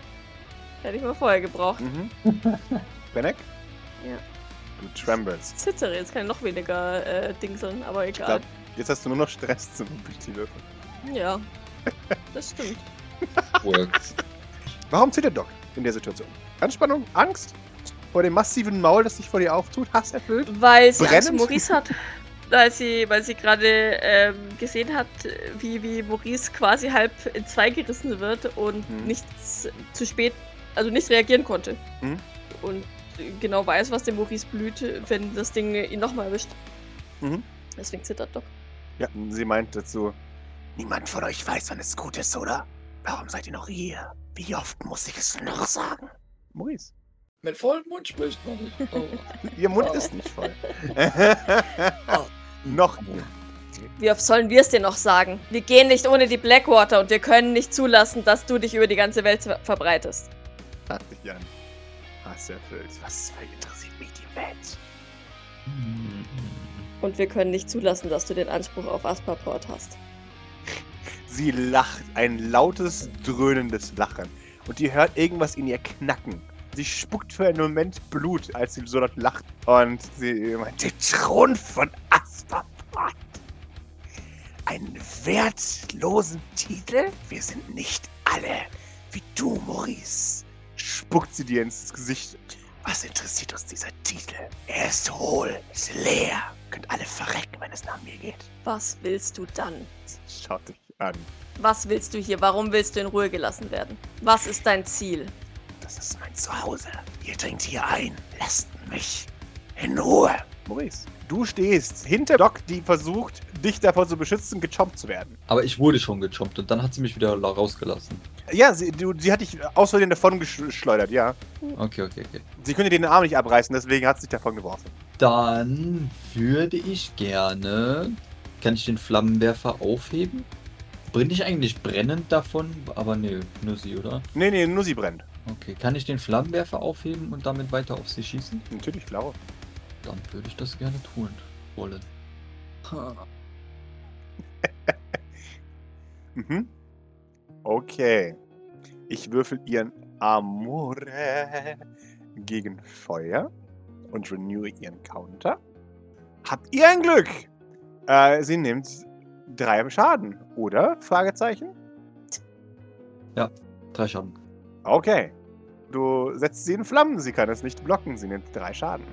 S2: hätte ich mal vorher gebraucht.
S3: Mhm. Benek?
S2: Ja.
S3: Du trembles.
S2: zittere. Jetzt kann ich noch weniger äh, dingseln, aber egal.
S3: glaub- Jetzt hast du nur noch Stress zum Würfeln.
S2: Ja. Das stimmt.
S4: Works.
S3: Warum zittert Doc in der Situation? Anspannung? Angst? Vor dem massiven Maul, das sich vor dir auftut? Hass erfüllt?
S2: Weil sie Angst
S3: Brennend?
S2: um Maurice hat. Weil sie, weil sie gerade ähm, gesehen hat, wie, wie Maurice quasi halb in zwei gerissen wird und
S3: Mhm.
S2: nichts zu spät, also nicht reagieren konnte.
S3: Mhm.
S2: Und genau weiß, was dem Maurice blüht, wenn das Ding ihn nochmal erwischt.
S3: Mhm.
S2: Deswegen zittert Doc.
S3: Ja, sie meint dazu, niemand von euch weiß, wann es gut ist, oder? Warum seid ihr noch hier? Wie oft muss ich es noch sagen? Maurice,
S4: Mit vollem Mund spricht man Oh. nicht.
S3: ihr Mund ist nicht voll. noch nicht.
S2: Wie oft sollen wir es dir noch sagen? Wir gehen nicht ohne die Blackwater und wir können nicht zulassen, dass du dich über die ganze Welt ver- verbreitest.
S3: Hat dich an. Hass erfüllt. Was interessiert mich die Welt?
S2: Und wir können nicht zulassen, dass du den Anspruch auf Aspaport hast.
S3: Sie lacht, ein lautes, dröhnendes Lachen. Und ihr hört irgendwas in ihr knacken. Sie spuckt für einen Moment Blut, als sie so dort lacht. Und sie meint, der Thron von Aspaport. Einen wertlosen Titel? Wir sind nicht alle wie du, Maurice. Spuckt sie dir ins Gesicht. Was interessiert uns dieser Titel? Er ist hohl, ist leer. Könnt alle verrecken, wenn es nach mir geht.
S2: Was willst du dann?
S3: Sie schaut dich an.
S2: Was willst du hier? Warum willst du in Ruhe gelassen werden? Was ist dein Ziel?
S3: Das ist mein Zuhause. Ihr dringt hier ein. Lasst mich in Ruhe. Maurice, du stehst hinter Doc, die versucht, dich davor zu beschützen, gechompt zu werden.
S4: Aber ich wurde schon gechompt und dann hat sie mich wieder la- rausgelassen.
S3: Ja, sie, du, sie hat dich aus Versehen davon geschleudert, ja.
S4: Okay, okay, okay.
S3: Sie könnte dir den Arm nicht abreißen, deswegen hat sie dich davon geworfen.
S4: Dann würde ich gerne. Kann ich den Flammenwerfer aufheben? Bin ich eigentlich brennend davon? Aber nee, nur sie, oder?
S3: Nee, nee, nur sie brennt.
S4: Okay, kann ich den Flammenwerfer aufheben und damit weiter auf sie schießen?
S3: Natürlich, klar.
S4: Dann würde ich das gerne tun wollen.
S3: Mhm. Okay. Ich würfel ihren Amore gegen Feuer und renew ihren Counter. Habt ihr ein Glück? Äh, sie nimmt drei Schaden, oder? Fragezeichen.
S4: Drei Schaden.
S3: Okay. Du setzt sie in Flammen, sie kann es nicht blocken, sie nimmt drei Schaden.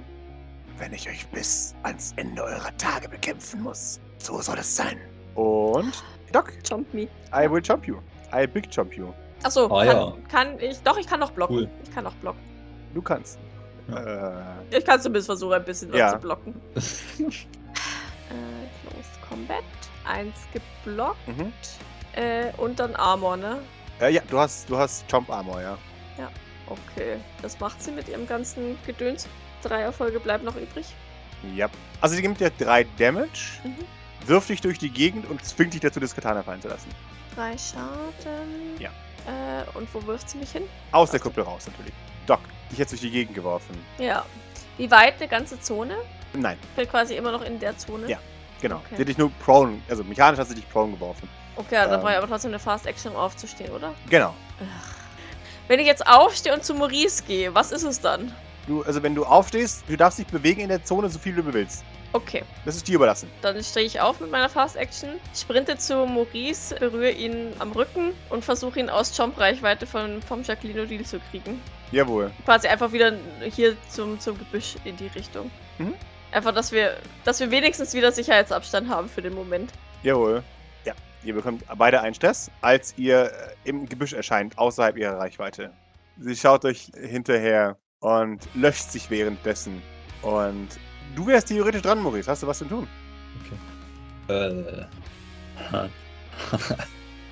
S3: Wenn ich euch bis ans Ende eurer Tage bekämpfen muss, so soll es sein. Und, Doc,
S2: Jump me.
S3: I will chomp you. I big chomp you.
S2: Achso,
S4: Ah,
S2: kann,
S4: ja.
S2: kann ich. Doch, ich kann noch blocken.
S4: Cool.
S2: Ich kann noch blocken.
S3: Du kannst. Äh,
S2: Ich kann zumindest versuchen, ein bisschen was
S3: Ja.
S2: zu blocken. Äh, Close Combat. Eins geblockt.
S3: mhm.
S2: Äh, und dann Armor, ne?
S3: äh, ja, du hast, du hast Chomp Armor, ja.
S2: Okay. Das macht sie mit ihrem ganzen Gedöns. Drei Erfolge bleiben noch übrig.
S3: Ja. Also sie nimmt dir drei Damage,
S2: Mhm.
S3: wirft dich durch die Gegend und zwingt dich dazu, das Katana fallen zu lassen.
S2: Drei Schaden.
S3: Ja.
S2: Äh, und wo wirft sie mich hin?
S3: Aus der Kuppel raus, natürlich. Doc, dich jetzt durch die Gegend geworfen.
S2: Ja. Wie weit eine ganze Zone?
S3: Nein,
S2: Ich bin quasi immer noch in der Zone.
S3: Ja. genau.
S2: Okay.
S3: Sie hat dich nur prone, also mechanisch hast du dich prone geworfen.
S2: Okay, dann
S3: Ähm.
S2: brauche ich aber trotzdem eine Fast Action, um aufzustehen, oder?
S3: Genau.
S2: Wenn ich jetzt aufstehe und zu Maurice gehe, was ist es dann?
S3: Du, also wenn du aufstehst, du darfst dich bewegen in der Zone, so viel du willst.
S2: Okay,
S3: Das ist dir überlassen.
S2: dann stehe ich auf mit meiner Fast Action, sprinte zu Maurice, berühre ihn am Rücken und versuche ihn aus Jump-Reichweite von, vom Jacqueline O'Deal zu kriegen.
S3: Jawohl.
S2: Quasi einfach wieder hier zum, zum Gebüsch in die Richtung.
S3: Mhm.
S2: Einfach, dass wir, dass wir wenigstens wieder Sicherheitsabstand haben für den Moment.
S3: Jawohl. Ja, ihr bekommt beide einen Stress, als ihr äh, im Gebüsch erscheint, außerhalb ihrer Reichweite. Sie schaut euch hinterher und löscht sich währenddessen. Und du wärst theoretisch dran, Maurice. Hast du was zu tun?
S4: Äh.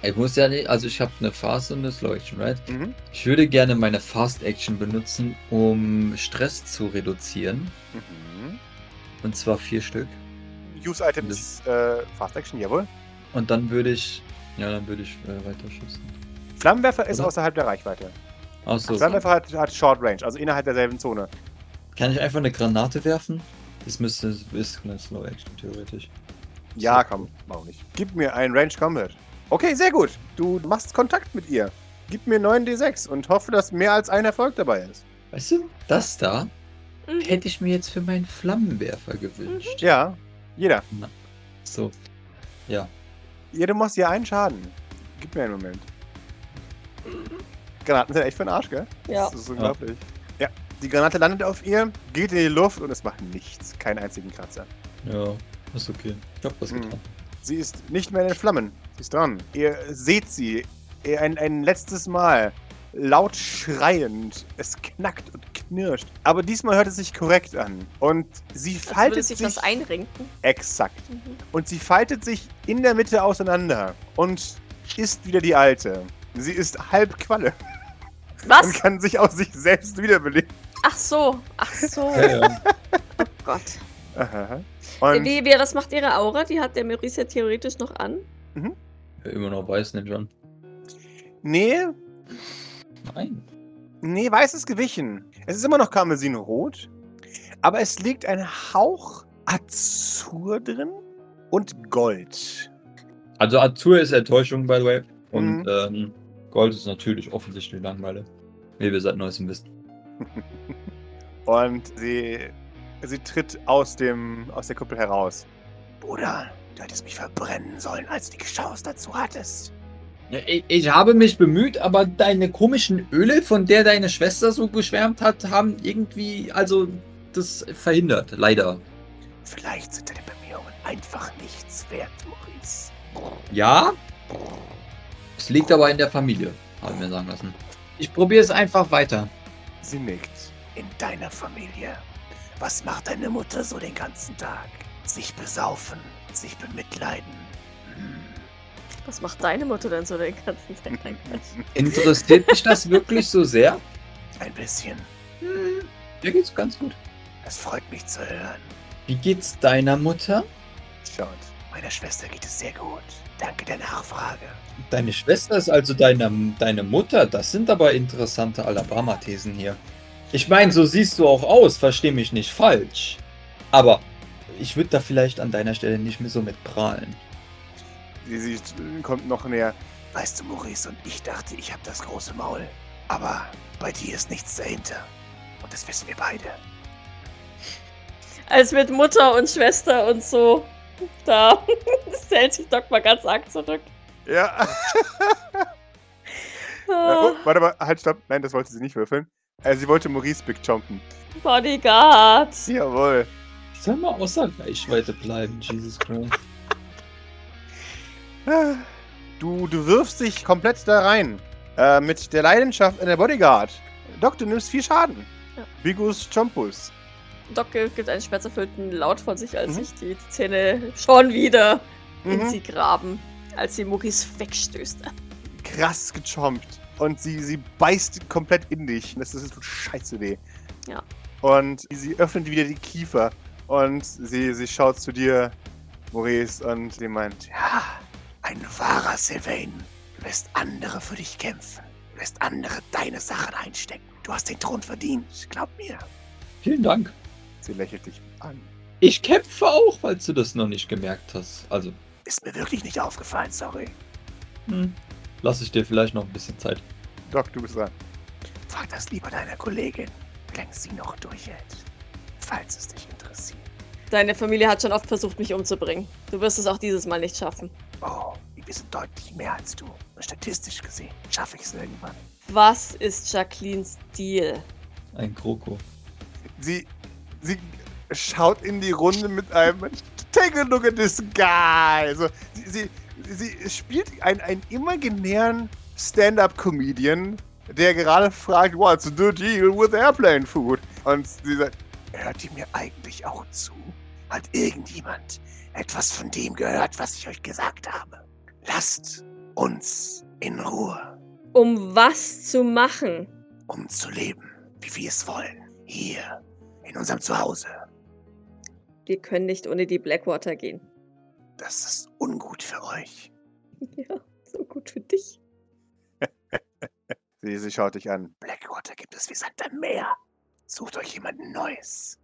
S4: ich muss ja nicht, also ich habe eine Fast und das Leuchten, right?
S3: Mhm.
S4: Ich würde gerne meine Fast Action benutzen, um Stress zu reduzieren.
S3: Mhm.
S4: Und zwar vier Stück.
S3: Use Items äh, Fast Action, jawohl.
S4: Und dann würde ich. Ja, dann würde ich äh, weiterschießen.
S3: Flammenwerfer ist
S4: Oder?
S3: außerhalb der Reichweite.
S4: Achso.
S3: Flammenwerfer hat, hat Short Range, also innerhalb derselben Zone.
S4: Kann ich einfach eine Granate werfen? Das müsste ist eine Slow Action, theoretisch.
S3: Ja, komm, warum nicht? Gib mir einen Range Combat. Okay, sehr gut. Du machst Kontakt mit ihr. Gib mir 9d6 und hoffe, dass mehr als ein Erfolg dabei ist.
S4: Weißt du, das da
S2: Mhm.
S4: hätte ich mir jetzt für meinen Flammenwerfer gewünscht.
S3: Mhm. Ja, jeder.
S4: So. Ja.
S3: Jeder macht ihr einen Schaden. Gib mir einen Moment. Granaten sind echt für den Arsch, gell?
S2: Ja.
S3: Das ist unglaublich. Ja. die Granate landet auf ihr, geht in die Luft und es macht nichts. Keinen einzigen Kratzer.
S4: Ja, ist okay. Ich hab was
S3: Mhm.
S4: getan.
S3: Sie ist nicht mehr in den Flammen. Sie ist dran. Ihr seht sie ihr ein, ein letztes Mal. Laut schreiend. Es knackt und knirscht. Aber diesmal hört es sich korrekt an. Und sie
S2: Als würde
S3: faltet
S2: sich
S3: sich.
S2: das einrenken.
S3: exakt.
S2: Mhm.
S3: Und sie faltet sich in der Mitte auseinander. Und ist wieder die alte. Sie ist halb Qualle und
S2: Was?
S3: kann sich aus sich selbst wiederbeleben.
S2: Ach so, ach so.
S4: Ja, ja.
S2: Gott.
S3: Aha.
S2: Wie,
S3: Und
S2: wie, wie- das macht ihre Aura, die hat der Maurice ja theoretisch noch an.
S4: Wer Immer noch weiß, nicht schon.
S3: nee,
S4: Nein.
S3: Nee, weiß ist gewichen. Es ist immer noch Karmesinrot, aber es liegt ein Hauch Azur drin und Gold.
S4: Also Azur ist Enttäuschung, by the way. Und
S3: Mhm.
S4: ähm, Gold ist natürlich offensichtlich Langweile. Wie wir seit neuestem wissen.
S3: Und sie, sie tritt aus, dem, aus der Kuppel heraus. Bruder, du hättest mich verbrennen sollen, als du die Chance dazu hattest.
S4: ich, habe mich bemüht, aber deine komischen Öle, von der deine Schwester so geschwärmt hat, haben irgendwie, also das verhindert, leider.
S3: Vielleicht sind deine Bemühungen einfach nichts wert, Maurice.
S4: Ja. Es liegt aber in der Familie, habe ich mir sagen lassen.
S5: Ich probiere es einfach weiter.
S3: Sie nickt. In deiner Familie. Was macht deine Mutter so den ganzen Tag? Sich besaufen, sich bemitleiden. Hm,
S2: Was macht deine Mutter denn so den ganzen Tag?
S4: Interessiert mich das wirklich so sehr?
S3: Ein bisschen.
S4: Hm, mir geht's ganz gut.
S3: Es freut mich zu hören.
S4: Wie geht's deiner Mutter?
S3: Schaut. Meiner Schwester geht es sehr gut. Danke der Nachfrage.
S4: Deine Schwester ist also deine, deine Mutter. Das sind aber interessante Alabama-Thesen hier. Ich meine, so siehst du auch aus, versteh mich nicht falsch. Aber ich würde da vielleicht an deiner Stelle nicht mehr so mit prahlen.
S3: Sie, sie kommt noch näher. Weißt du, Maurice, und ich dachte, ich habe das große Maul. Aber bei dir ist nichts dahinter. Und das wissen wir beide.
S2: als mit Mutter und Schwester und so. Da stellt sich Doc mal ganz arg zurück.
S3: Ja.
S2: Ah,
S3: Oh, warte mal, halt, stopp. Nein, das wollte sie nicht würfeln. Äh, sie wollte Maurice Big Chompen.
S2: Bodyguard.
S3: Jawohl.
S4: Ich soll mal außer Reichweite bleiben, Jesus Christ.
S3: Du, du wirfst dich komplett da rein. Äh, mit der Leidenschaft in der Bodyguard. Doc, du nimmst viel Schaden.
S2: Ja.
S3: Bigus Chompus.
S2: Doc gibt einen schmerzerfüllten Laut von sich, als
S3: Mhm.
S2: sich die Zähne schon wieder in
S3: Mhm.
S2: sie graben, als sie Maurice wegstößt.
S3: Krass gechompt. Und sie, sie beißt komplett in dich. Das ist tut scheiße weh.
S2: Ja.
S3: Und sie öffnet wieder die Kiefer. Und sie, sie schaut zu dir, Maurice, und sie meint: Ja, ein wahrer Sylvain. Du lässt andere für dich kämpfen. Du lässt andere deine Sachen einstecken. Du hast den Thron verdient. Glaub mir.
S4: Vielen Dank.
S3: Sie lächelt dich an.
S4: Ich kämpfe auch, falls du das noch nicht gemerkt hast. Also,
S3: Ist mir wirklich nicht aufgefallen, sorry.
S4: hm, lasse ich dir vielleicht noch ein bisschen Zeit.
S3: Doc, du bist dran. Frag das lieber deiner Kollegin, wenn sie noch durchhält. Falls es dich interessiert.
S2: Deine Familie hat schon oft versucht, mich umzubringen. Du wirst es auch dieses Mal nicht schaffen.
S3: Oh, wir sind deutlich mehr als du. Statistisch gesehen schaffe ich es irgendwann.
S2: Was ist Jacquelines Deal?
S4: Ein Kroko.
S3: Sie, sie schaut in die Runde mit einem Take a look at this guy. Also, sie, sie, sie spielt einen, einen imaginären Stand-Up-Comedian, der gerade fragt, what's the deal with airplane food? Und sie sagt, hört ihr mir eigentlich auch zu? Hat irgendjemand etwas von dem gehört, was ich euch gesagt habe? Lasst uns in Ruhe
S2: Um was zu machen?
S3: um zu leben, wie wir es wollen. Hier, in unserem Zuhause.
S2: Wir können nicht ohne die Blackwater gehen.
S3: Das ist ungut für euch.
S2: Ja, so gut für dich.
S3: Sie, sie schaut dich an. Blackwater gibt es wie Sand am Meer. Sucht euch jemanden Neues.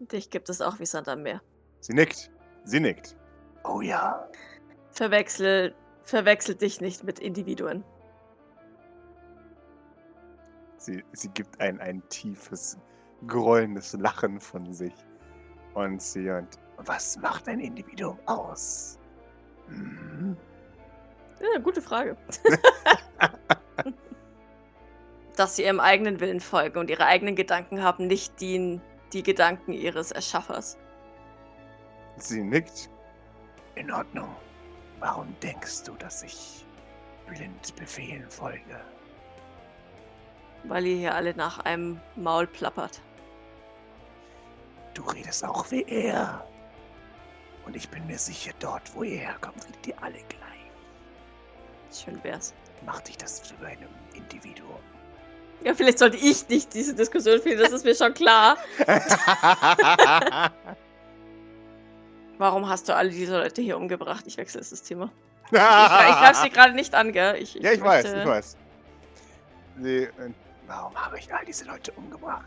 S2: Dich gibt es auch wie Sand am Meer.
S3: Sie nickt. Sie nickt. Oh ja.
S2: Verwechsel, verwechsel dich nicht mit Individuen.
S3: Sie, sie gibt ein, ein tiefes, grollendes Lachen von sich. Und sie und. Was macht ein Individuum aus? Mhm.
S2: Ja, gute Frage. Dass sie ihrem eigenen Willen folgen und ihre eigenen Gedanken haben, nicht die, die Gedanken ihres Erschaffers.
S3: Sie nickt. In Ordnung. Warum denkst du, dass ich blind Befehlen folge?
S2: Weil ihr hier alle nach einem Maul plappert.
S3: Du redest auch wie er. Und ich bin mir sicher, dort, wo ihr herkommt, redet ihr alle gleich.
S2: Schön wär's.
S3: Macht dich das zu einem Individuum.
S2: Ja, vielleicht sollte ich nicht diese Diskussion führen, das ist mir schon klar. Warum hast du alle diese Leute hier umgebracht? Ich wechsle jetzt das Thema. Ich, ich greif sie gerade nicht an, gell? Ich,
S3: Ja, ich weiß,
S2: möchte-
S3: ich weiß. Sie, äh, Warum habe ich all diese Leute umgebracht?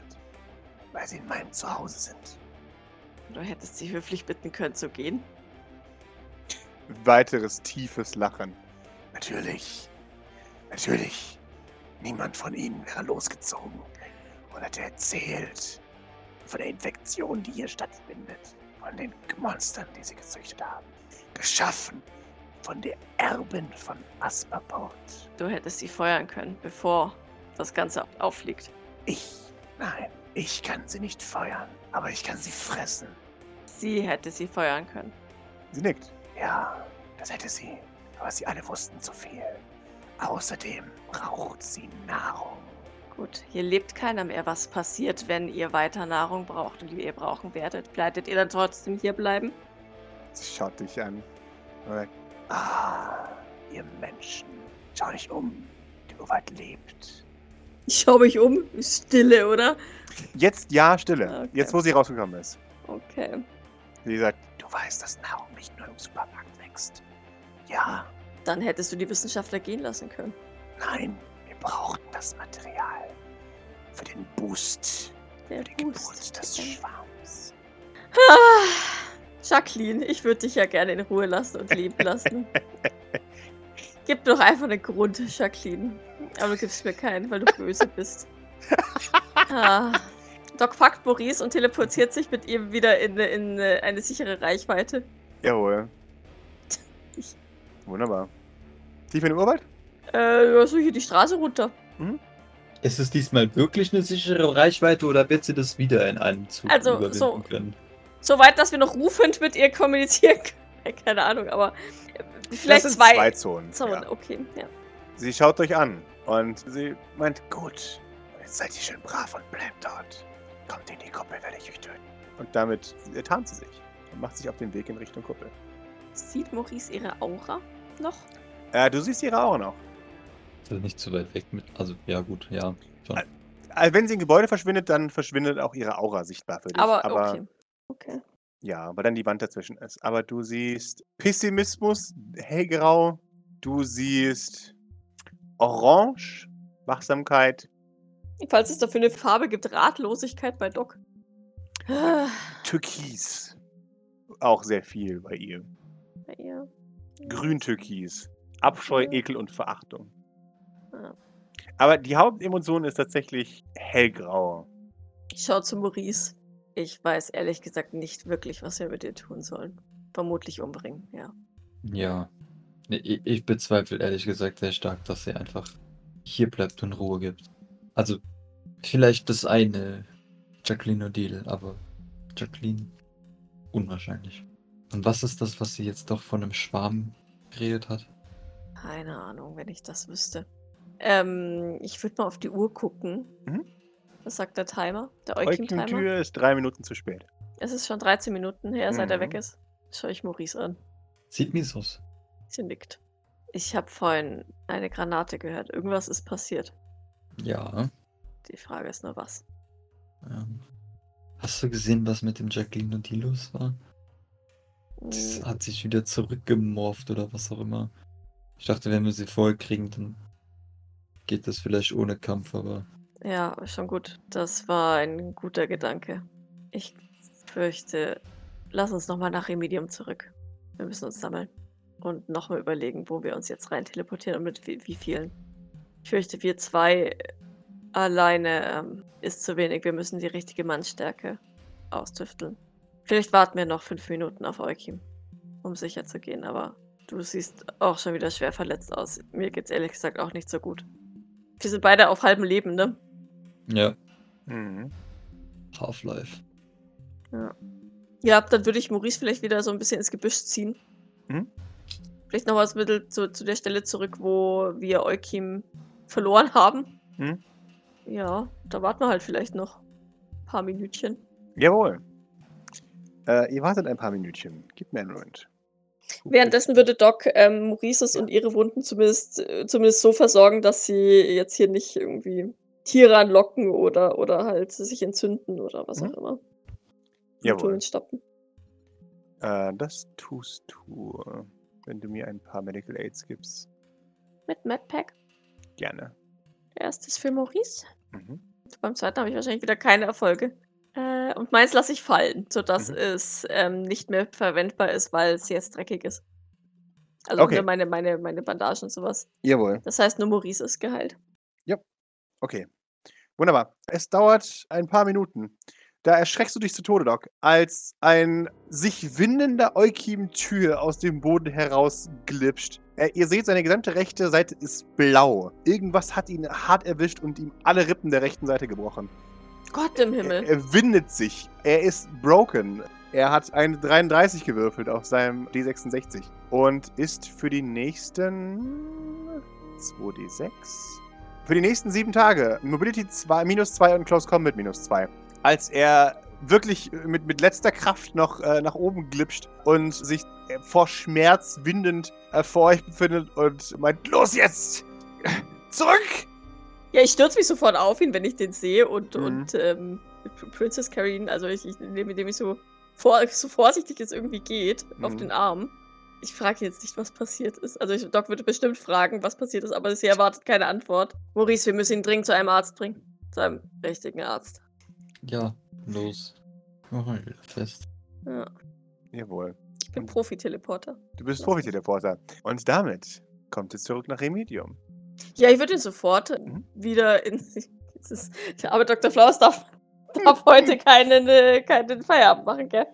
S3: Weil sie in meinem Zuhause sind.
S2: Du hättest sie höflich bitten können zu gehen.
S3: Weiteres tiefes Lachen. Natürlich. Natürlich. Niemand von ihnen wäre losgezogen und hätte erzählt von der Infektion, die hier stattfindet. Von den Monstern, die sie gezüchtet haben. Geschaffen von der Erbin von Asperport.
S2: Du hättest sie feuern können, bevor das Ganze auffliegt.
S3: Ich? Nein, ich kann sie nicht feuern, aber ich kann sie fressen.
S2: Sie hätte sie feuern können.
S3: Sie nickt. Ja, das hätte sie. Aber sie alle wussten zu viel. Außerdem braucht sie Nahrung.
S2: Gut, hier lebt keiner mehr. Was passiert, wenn ihr weiter Nahrung braucht und die ihr brauchen werdet? Bleibt ihr dann trotzdem hier bleiben?
S3: Sie schaut dich an. Und sagt, ah, ihr Menschen, schau dich um. Der Urwald lebt.
S2: Ich schaue mich um. Stille, oder? Ah,
S3: Jetzt ja, Stille.
S2: Okay.
S3: Jetzt, wo sie rausgekommen ist.
S2: Okay.
S3: Sie sagt, du weißt, dass Nahrung nicht nur im Supermarkt wächst. Ja,
S2: Dann hättest du die Wissenschaftler gehen lassen können.
S3: nein, wir brauchten das Material. Für den Boost.
S2: Der
S3: Für die Geburt
S2: Boost.
S3: des Schwarms.
S2: Ah, Jacqueline, ich würde dich ja gerne in Ruhe lassen und leben lassen. Gib doch einfach einen Grund, Jacqueline. Aber du gibst mir keinen, weil du böse bist. Ah, Doc packt Maurice und teleportiert sich mit ihm wieder in, in äh, eine sichere Reichweite.
S3: Jawohl.
S2: Ich-
S3: Wunderbar. Tief in den Urwald?
S2: Äh, ja, so hier die Straße runter.
S4: Ist es diesmal wirklich eine sichere Reichweite oder wird sie das wieder in einem Zug
S2: Also,
S4: überwinden
S2: so-
S4: können?
S2: Soweit, dass wir noch rufend mit ihr kommunizieren können. Keine Ahnung, aber äh, vielleicht
S3: das sind
S2: zwei.
S3: zwei Zonen.
S2: Zonen,
S3: Ja.
S2: okay, ja.
S3: Sie schaut euch an und sie meint, gut, jetzt seid ihr schön brav und bleibt dort. Kommt in die Kuppel, werde ich euch töten. Und damit tarnt sie sich und macht sich auf den Weg in Richtung Kuppel.
S2: Sieht Maurice ihre Aura noch?
S3: Äh, du siehst ihre Augen auch.
S4: Also nicht zu weit weg mit. Also, ja, gut, ja.
S3: Äh, wenn sie im Gebäude verschwindet, dann verschwindet auch ihre Aura sichtbar für dich.
S2: Aber, okay. Okay.
S3: Ja, weil dann die Wand dazwischen ist. Aber du siehst Pessimismus, hellgrau. Du siehst Orange, Wachsamkeit,
S2: Falls es dafür eine Farbe gibt, Ratlosigkeit bei Doc. Ah,
S3: Türkis. Auch sehr viel bei ihr.
S2: bei ihr.
S3: Grün-Türkis. Abscheu,
S2: Ja.
S3: Ekel und Verachtung.
S2: Mhm. Ja.
S3: Aber die Hauptemotion ist tatsächlich hellgrau.
S2: Ich schau zu Maurice. Ich weiß ehrlich gesagt nicht wirklich, was wir mit ihr tun sollen. Vermutlich umbringen, ja.
S4: Ja. Nee, ich, ich bezweifle ehrlich gesagt sehr stark, dass sie einfach hier bleibt und Ruhe gibt. Also, vielleicht das eine Jacqueline O'Deal, aber Jacqueline unwahrscheinlich. Und was ist das, was sie jetzt doch von einem Schwarm geredet hat?
S2: Keine Ahnung, wenn ich das wüsste. Ähm, ich würde mal auf die Uhr gucken.
S3: Mhm.
S2: Was sagt der Timer? Der Eukim-Timer?
S3: Eukin-Tür ist drei Minuten zu spät.
S2: Es ist schon 13 Minuten her, seit er
S3: Mhm.
S2: weg ist. Schau ich Maurice an.
S4: Sieht mies aus.
S2: Sie nickt. Ich habe vorhin eine Granate gehört. Irgendwas ist passiert.
S4: Ja.
S2: Die Frage ist nur was.
S4: Ähm. Hast du gesehen, was mit dem Jacqueline O'Deal los war? Das
S2: Mm,
S4: hat sich wieder zurückgemorpht oder was auch immer. Ich dachte, wenn wir sie voll kriegen, dann geht das vielleicht ohne Kampf, aber
S2: Ja, schon gut. Das war ein guter Gedanke. Ich fürchte, lass uns nochmal nach Remedium zurück. Wir müssen uns sammeln. Und nochmal überlegen, wo wir uns jetzt rein teleportieren und mit wie, wie vielen. Ich fürchte, wir zwei alleine ähm, ist zu wenig. Wir müssen die richtige Mannstärke austüfteln. Vielleicht warten wir noch fünf Minuten auf Eukim, um sicher zu gehen. Aber du siehst auch schon wieder schwer verletzt aus. Mir geht's ehrlich gesagt auch nicht so gut. Wir sind beide auf halbem Leben, ne?
S4: ja,
S3: Mhm.
S4: Half-Life.
S2: Ja, dann würde ich Maurice vielleicht wieder so ein bisschen ins Gebüsch ziehen.
S3: Mhm.
S2: Vielleicht noch mal ein bisschen zu, zu der Stelle zurück, wo wir Eukim verloren haben.
S3: Mhm.
S2: Ja, da warten wir halt vielleicht noch ein paar Minütchen.
S3: Jawohl. Äh, ihr wartet ein paar Minütchen. Gib mir einen Moment.
S2: Währenddessen würde Doc ähm, Maurices und ihre Wunden zumindest, äh, zumindest so versorgen, dass sie jetzt hier nicht irgendwie Tiere anlocken oder, oder halt sich entzünden oder was
S3: Mhm.
S2: auch immer.
S3: Jawohl.
S2: Blutungen stoppen.
S3: Äh, das tust du, äh, wenn du mir ein paar Medical Aids gibst.
S2: Mit Madpack.
S3: Gerne.
S2: Erstes für Maurice.
S3: Mhm.
S2: Beim zweiten habe ich wahrscheinlich wieder keine Erfolge. Äh, und meins lasse ich fallen, sodass
S3: Mhm.
S2: es ähm, nicht mehr verwendbar ist, weil es jetzt dreckig ist. Also
S3: Okay.
S2: ohne meine, meine, meine Bandagen und sowas.
S3: Jawohl.
S2: Das heißt, nur Maurice ist geheilt.
S3: Okay. Wunderbar. Es dauert ein paar Minuten. Da erschreckst du dich zu Tode, Doc, als ein sich windender Eukim-Tür aus dem Boden herausglitscht. Äh, ihr seht, seine gesamte rechte Seite ist blau. Irgendwas hat ihn hart erwischt und ihm alle Rippen der rechten Seite gebrochen.
S2: Gott im Himmel.
S3: Er, er windet sich. Er ist broken. Er hat eine 33 gewürfelt auf seinem D66 und ist für die nächsten 2D6. Für die nächsten sieben Tage Mobility 2, minus 2 und Close Combat minus 2. Als er wirklich mit, mit letzter Kraft noch äh, nach oben glitscht und sich äh, vor Schmerz windend äh, vor euch befindet und meint, los jetzt! Zurück!
S2: Ja, ich stürze mich sofort auf ihn, wenn ich den sehe und,
S3: Mhm.
S2: und ähm, Pr- Princess Karin, also ich, ich nehme dem ich so, vor, so vorsichtig es irgendwie geht, auf
S3: Mhm.
S2: den Arm. Ich frage jetzt nicht, was passiert ist. Also ich, Doc würde bestimmt fragen, was passiert ist, aber sie erwartet keine Antwort. Maurice, wir müssen ihn dringend zu einem Arzt bringen. Zu einem richtigen Arzt.
S4: Ja, los. Machen wir wieder fest.
S2: Ja,
S3: Jawohl.
S2: ich bin
S3: Und-
S2: Profi-Teleporter.
S3: Du bist
S2: Lass
S3: Profi-Teleporter. Und damit kommt es zurück nach Remedium.
S2: Ja, ich würde ihn sofort
S3: Mhm.
S2: wieder in. Jetzt ist, aber Dr. Flaus darf darf heute keinen, äh, keinen Feierabend machen, gell?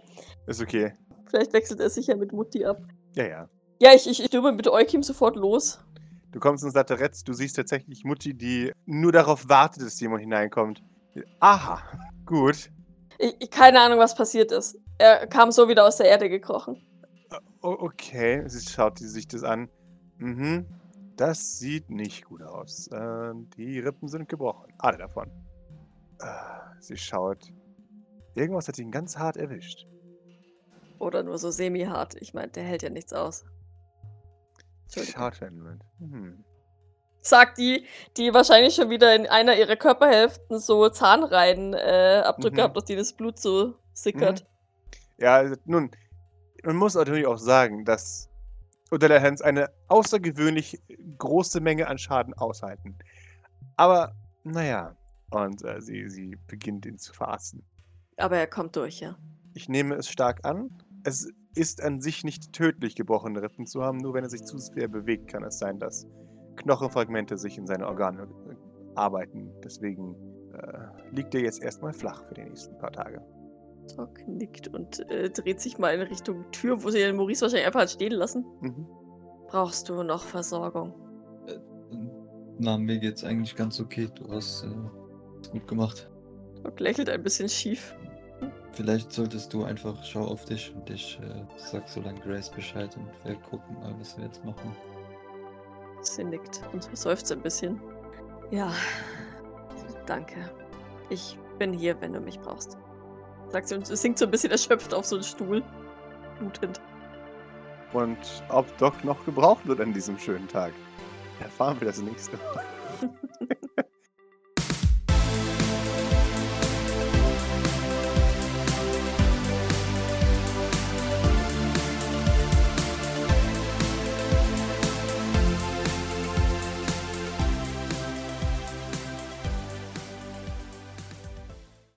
S3: Ist okay.
S2: Vielleicht wechselt er sich ja mit Mutti ab.
S3: Ja, ja.
S2: Ja, ich, ich stürme mit Eukim sofort los.
S3: Du kommst ins Lazaretz, du siehst tatsächlich Mutti, die nur darauf wartet, dass jemand hineinkommt. Aha, gut.
S2: Ich, ich, keine Ahnung, was passiert ist. Er kam so wieder aus der Erde gekrochen.
S3: O okay, sie schaut sie sich das an. Mhm, das sieht nicht gut aus. Äh, die Rippen sind gebrochen. Alle davon. Äh, sie schaut. Irgendwas hat ihn ganz hart erwischt.
S2: Oder nur so semi-hart. Ich meine, der hält ja nichts aus. Entschuldigung.
S3: Schaut einen Moment. Hm.
S2: Sagt die, die wahrscheinlich schon wieder in einer ihrer Körperhälften so Zahnreihenabdrücke äh, Abdrücke
S3: Mhm.
S2: hat, durch die das Blut so sickert.
S3: Ja, also, nun, man muss natürlich auch sagen, dass Odella Hans eine außergewöhnlich große Menge an Schaden aushalten. Aber, naja, und äh, sie, sie beginnt ihn zu verarzten.
S2: Aber er kommt durch, ja.
S3: Ich nehme es stark an. Es ist an sich nicht tödlich, gebrochene Rippen zu haben, nur wenn er sich zu sehr bewegt, kann es sein, dass Knochenfragmente sich in seine Organe äh, arbeiten. Deswegen äh, liegt er jetzt erstmal flach für die nächsten paar Tage.
S2: Doc nickt und äh, dreht sich mal in Richtung Tür, wo sie den Maurice wahrscheinlich einfach hat stehen lassen.
S3: Mhm.
S2: Brauchst du noch Versorgung?
S4: Na, mir geht's eigentlich ganz okay. Du hast äh, es gut gemacht.
S2: Doc lächelt ein bisschen schief.
S4: Vielleicht solltest du einfach schau auf dich und ich äh, sag so lange Grace Bescheid und wir gucken mal, was wir jetzt machen.
S2: Sie nickt und seufzt ein bisschen. Ja, danke. Ich bin hier, wenn du mich brauchst. Sagt sie und sinkt so ein bisschen erschöpft auf so einen Stuhl. Blutend.
S3: Und ob Doc noch gebraucht wird an diesem schönen Tag, erfahren wir das nächste Mal.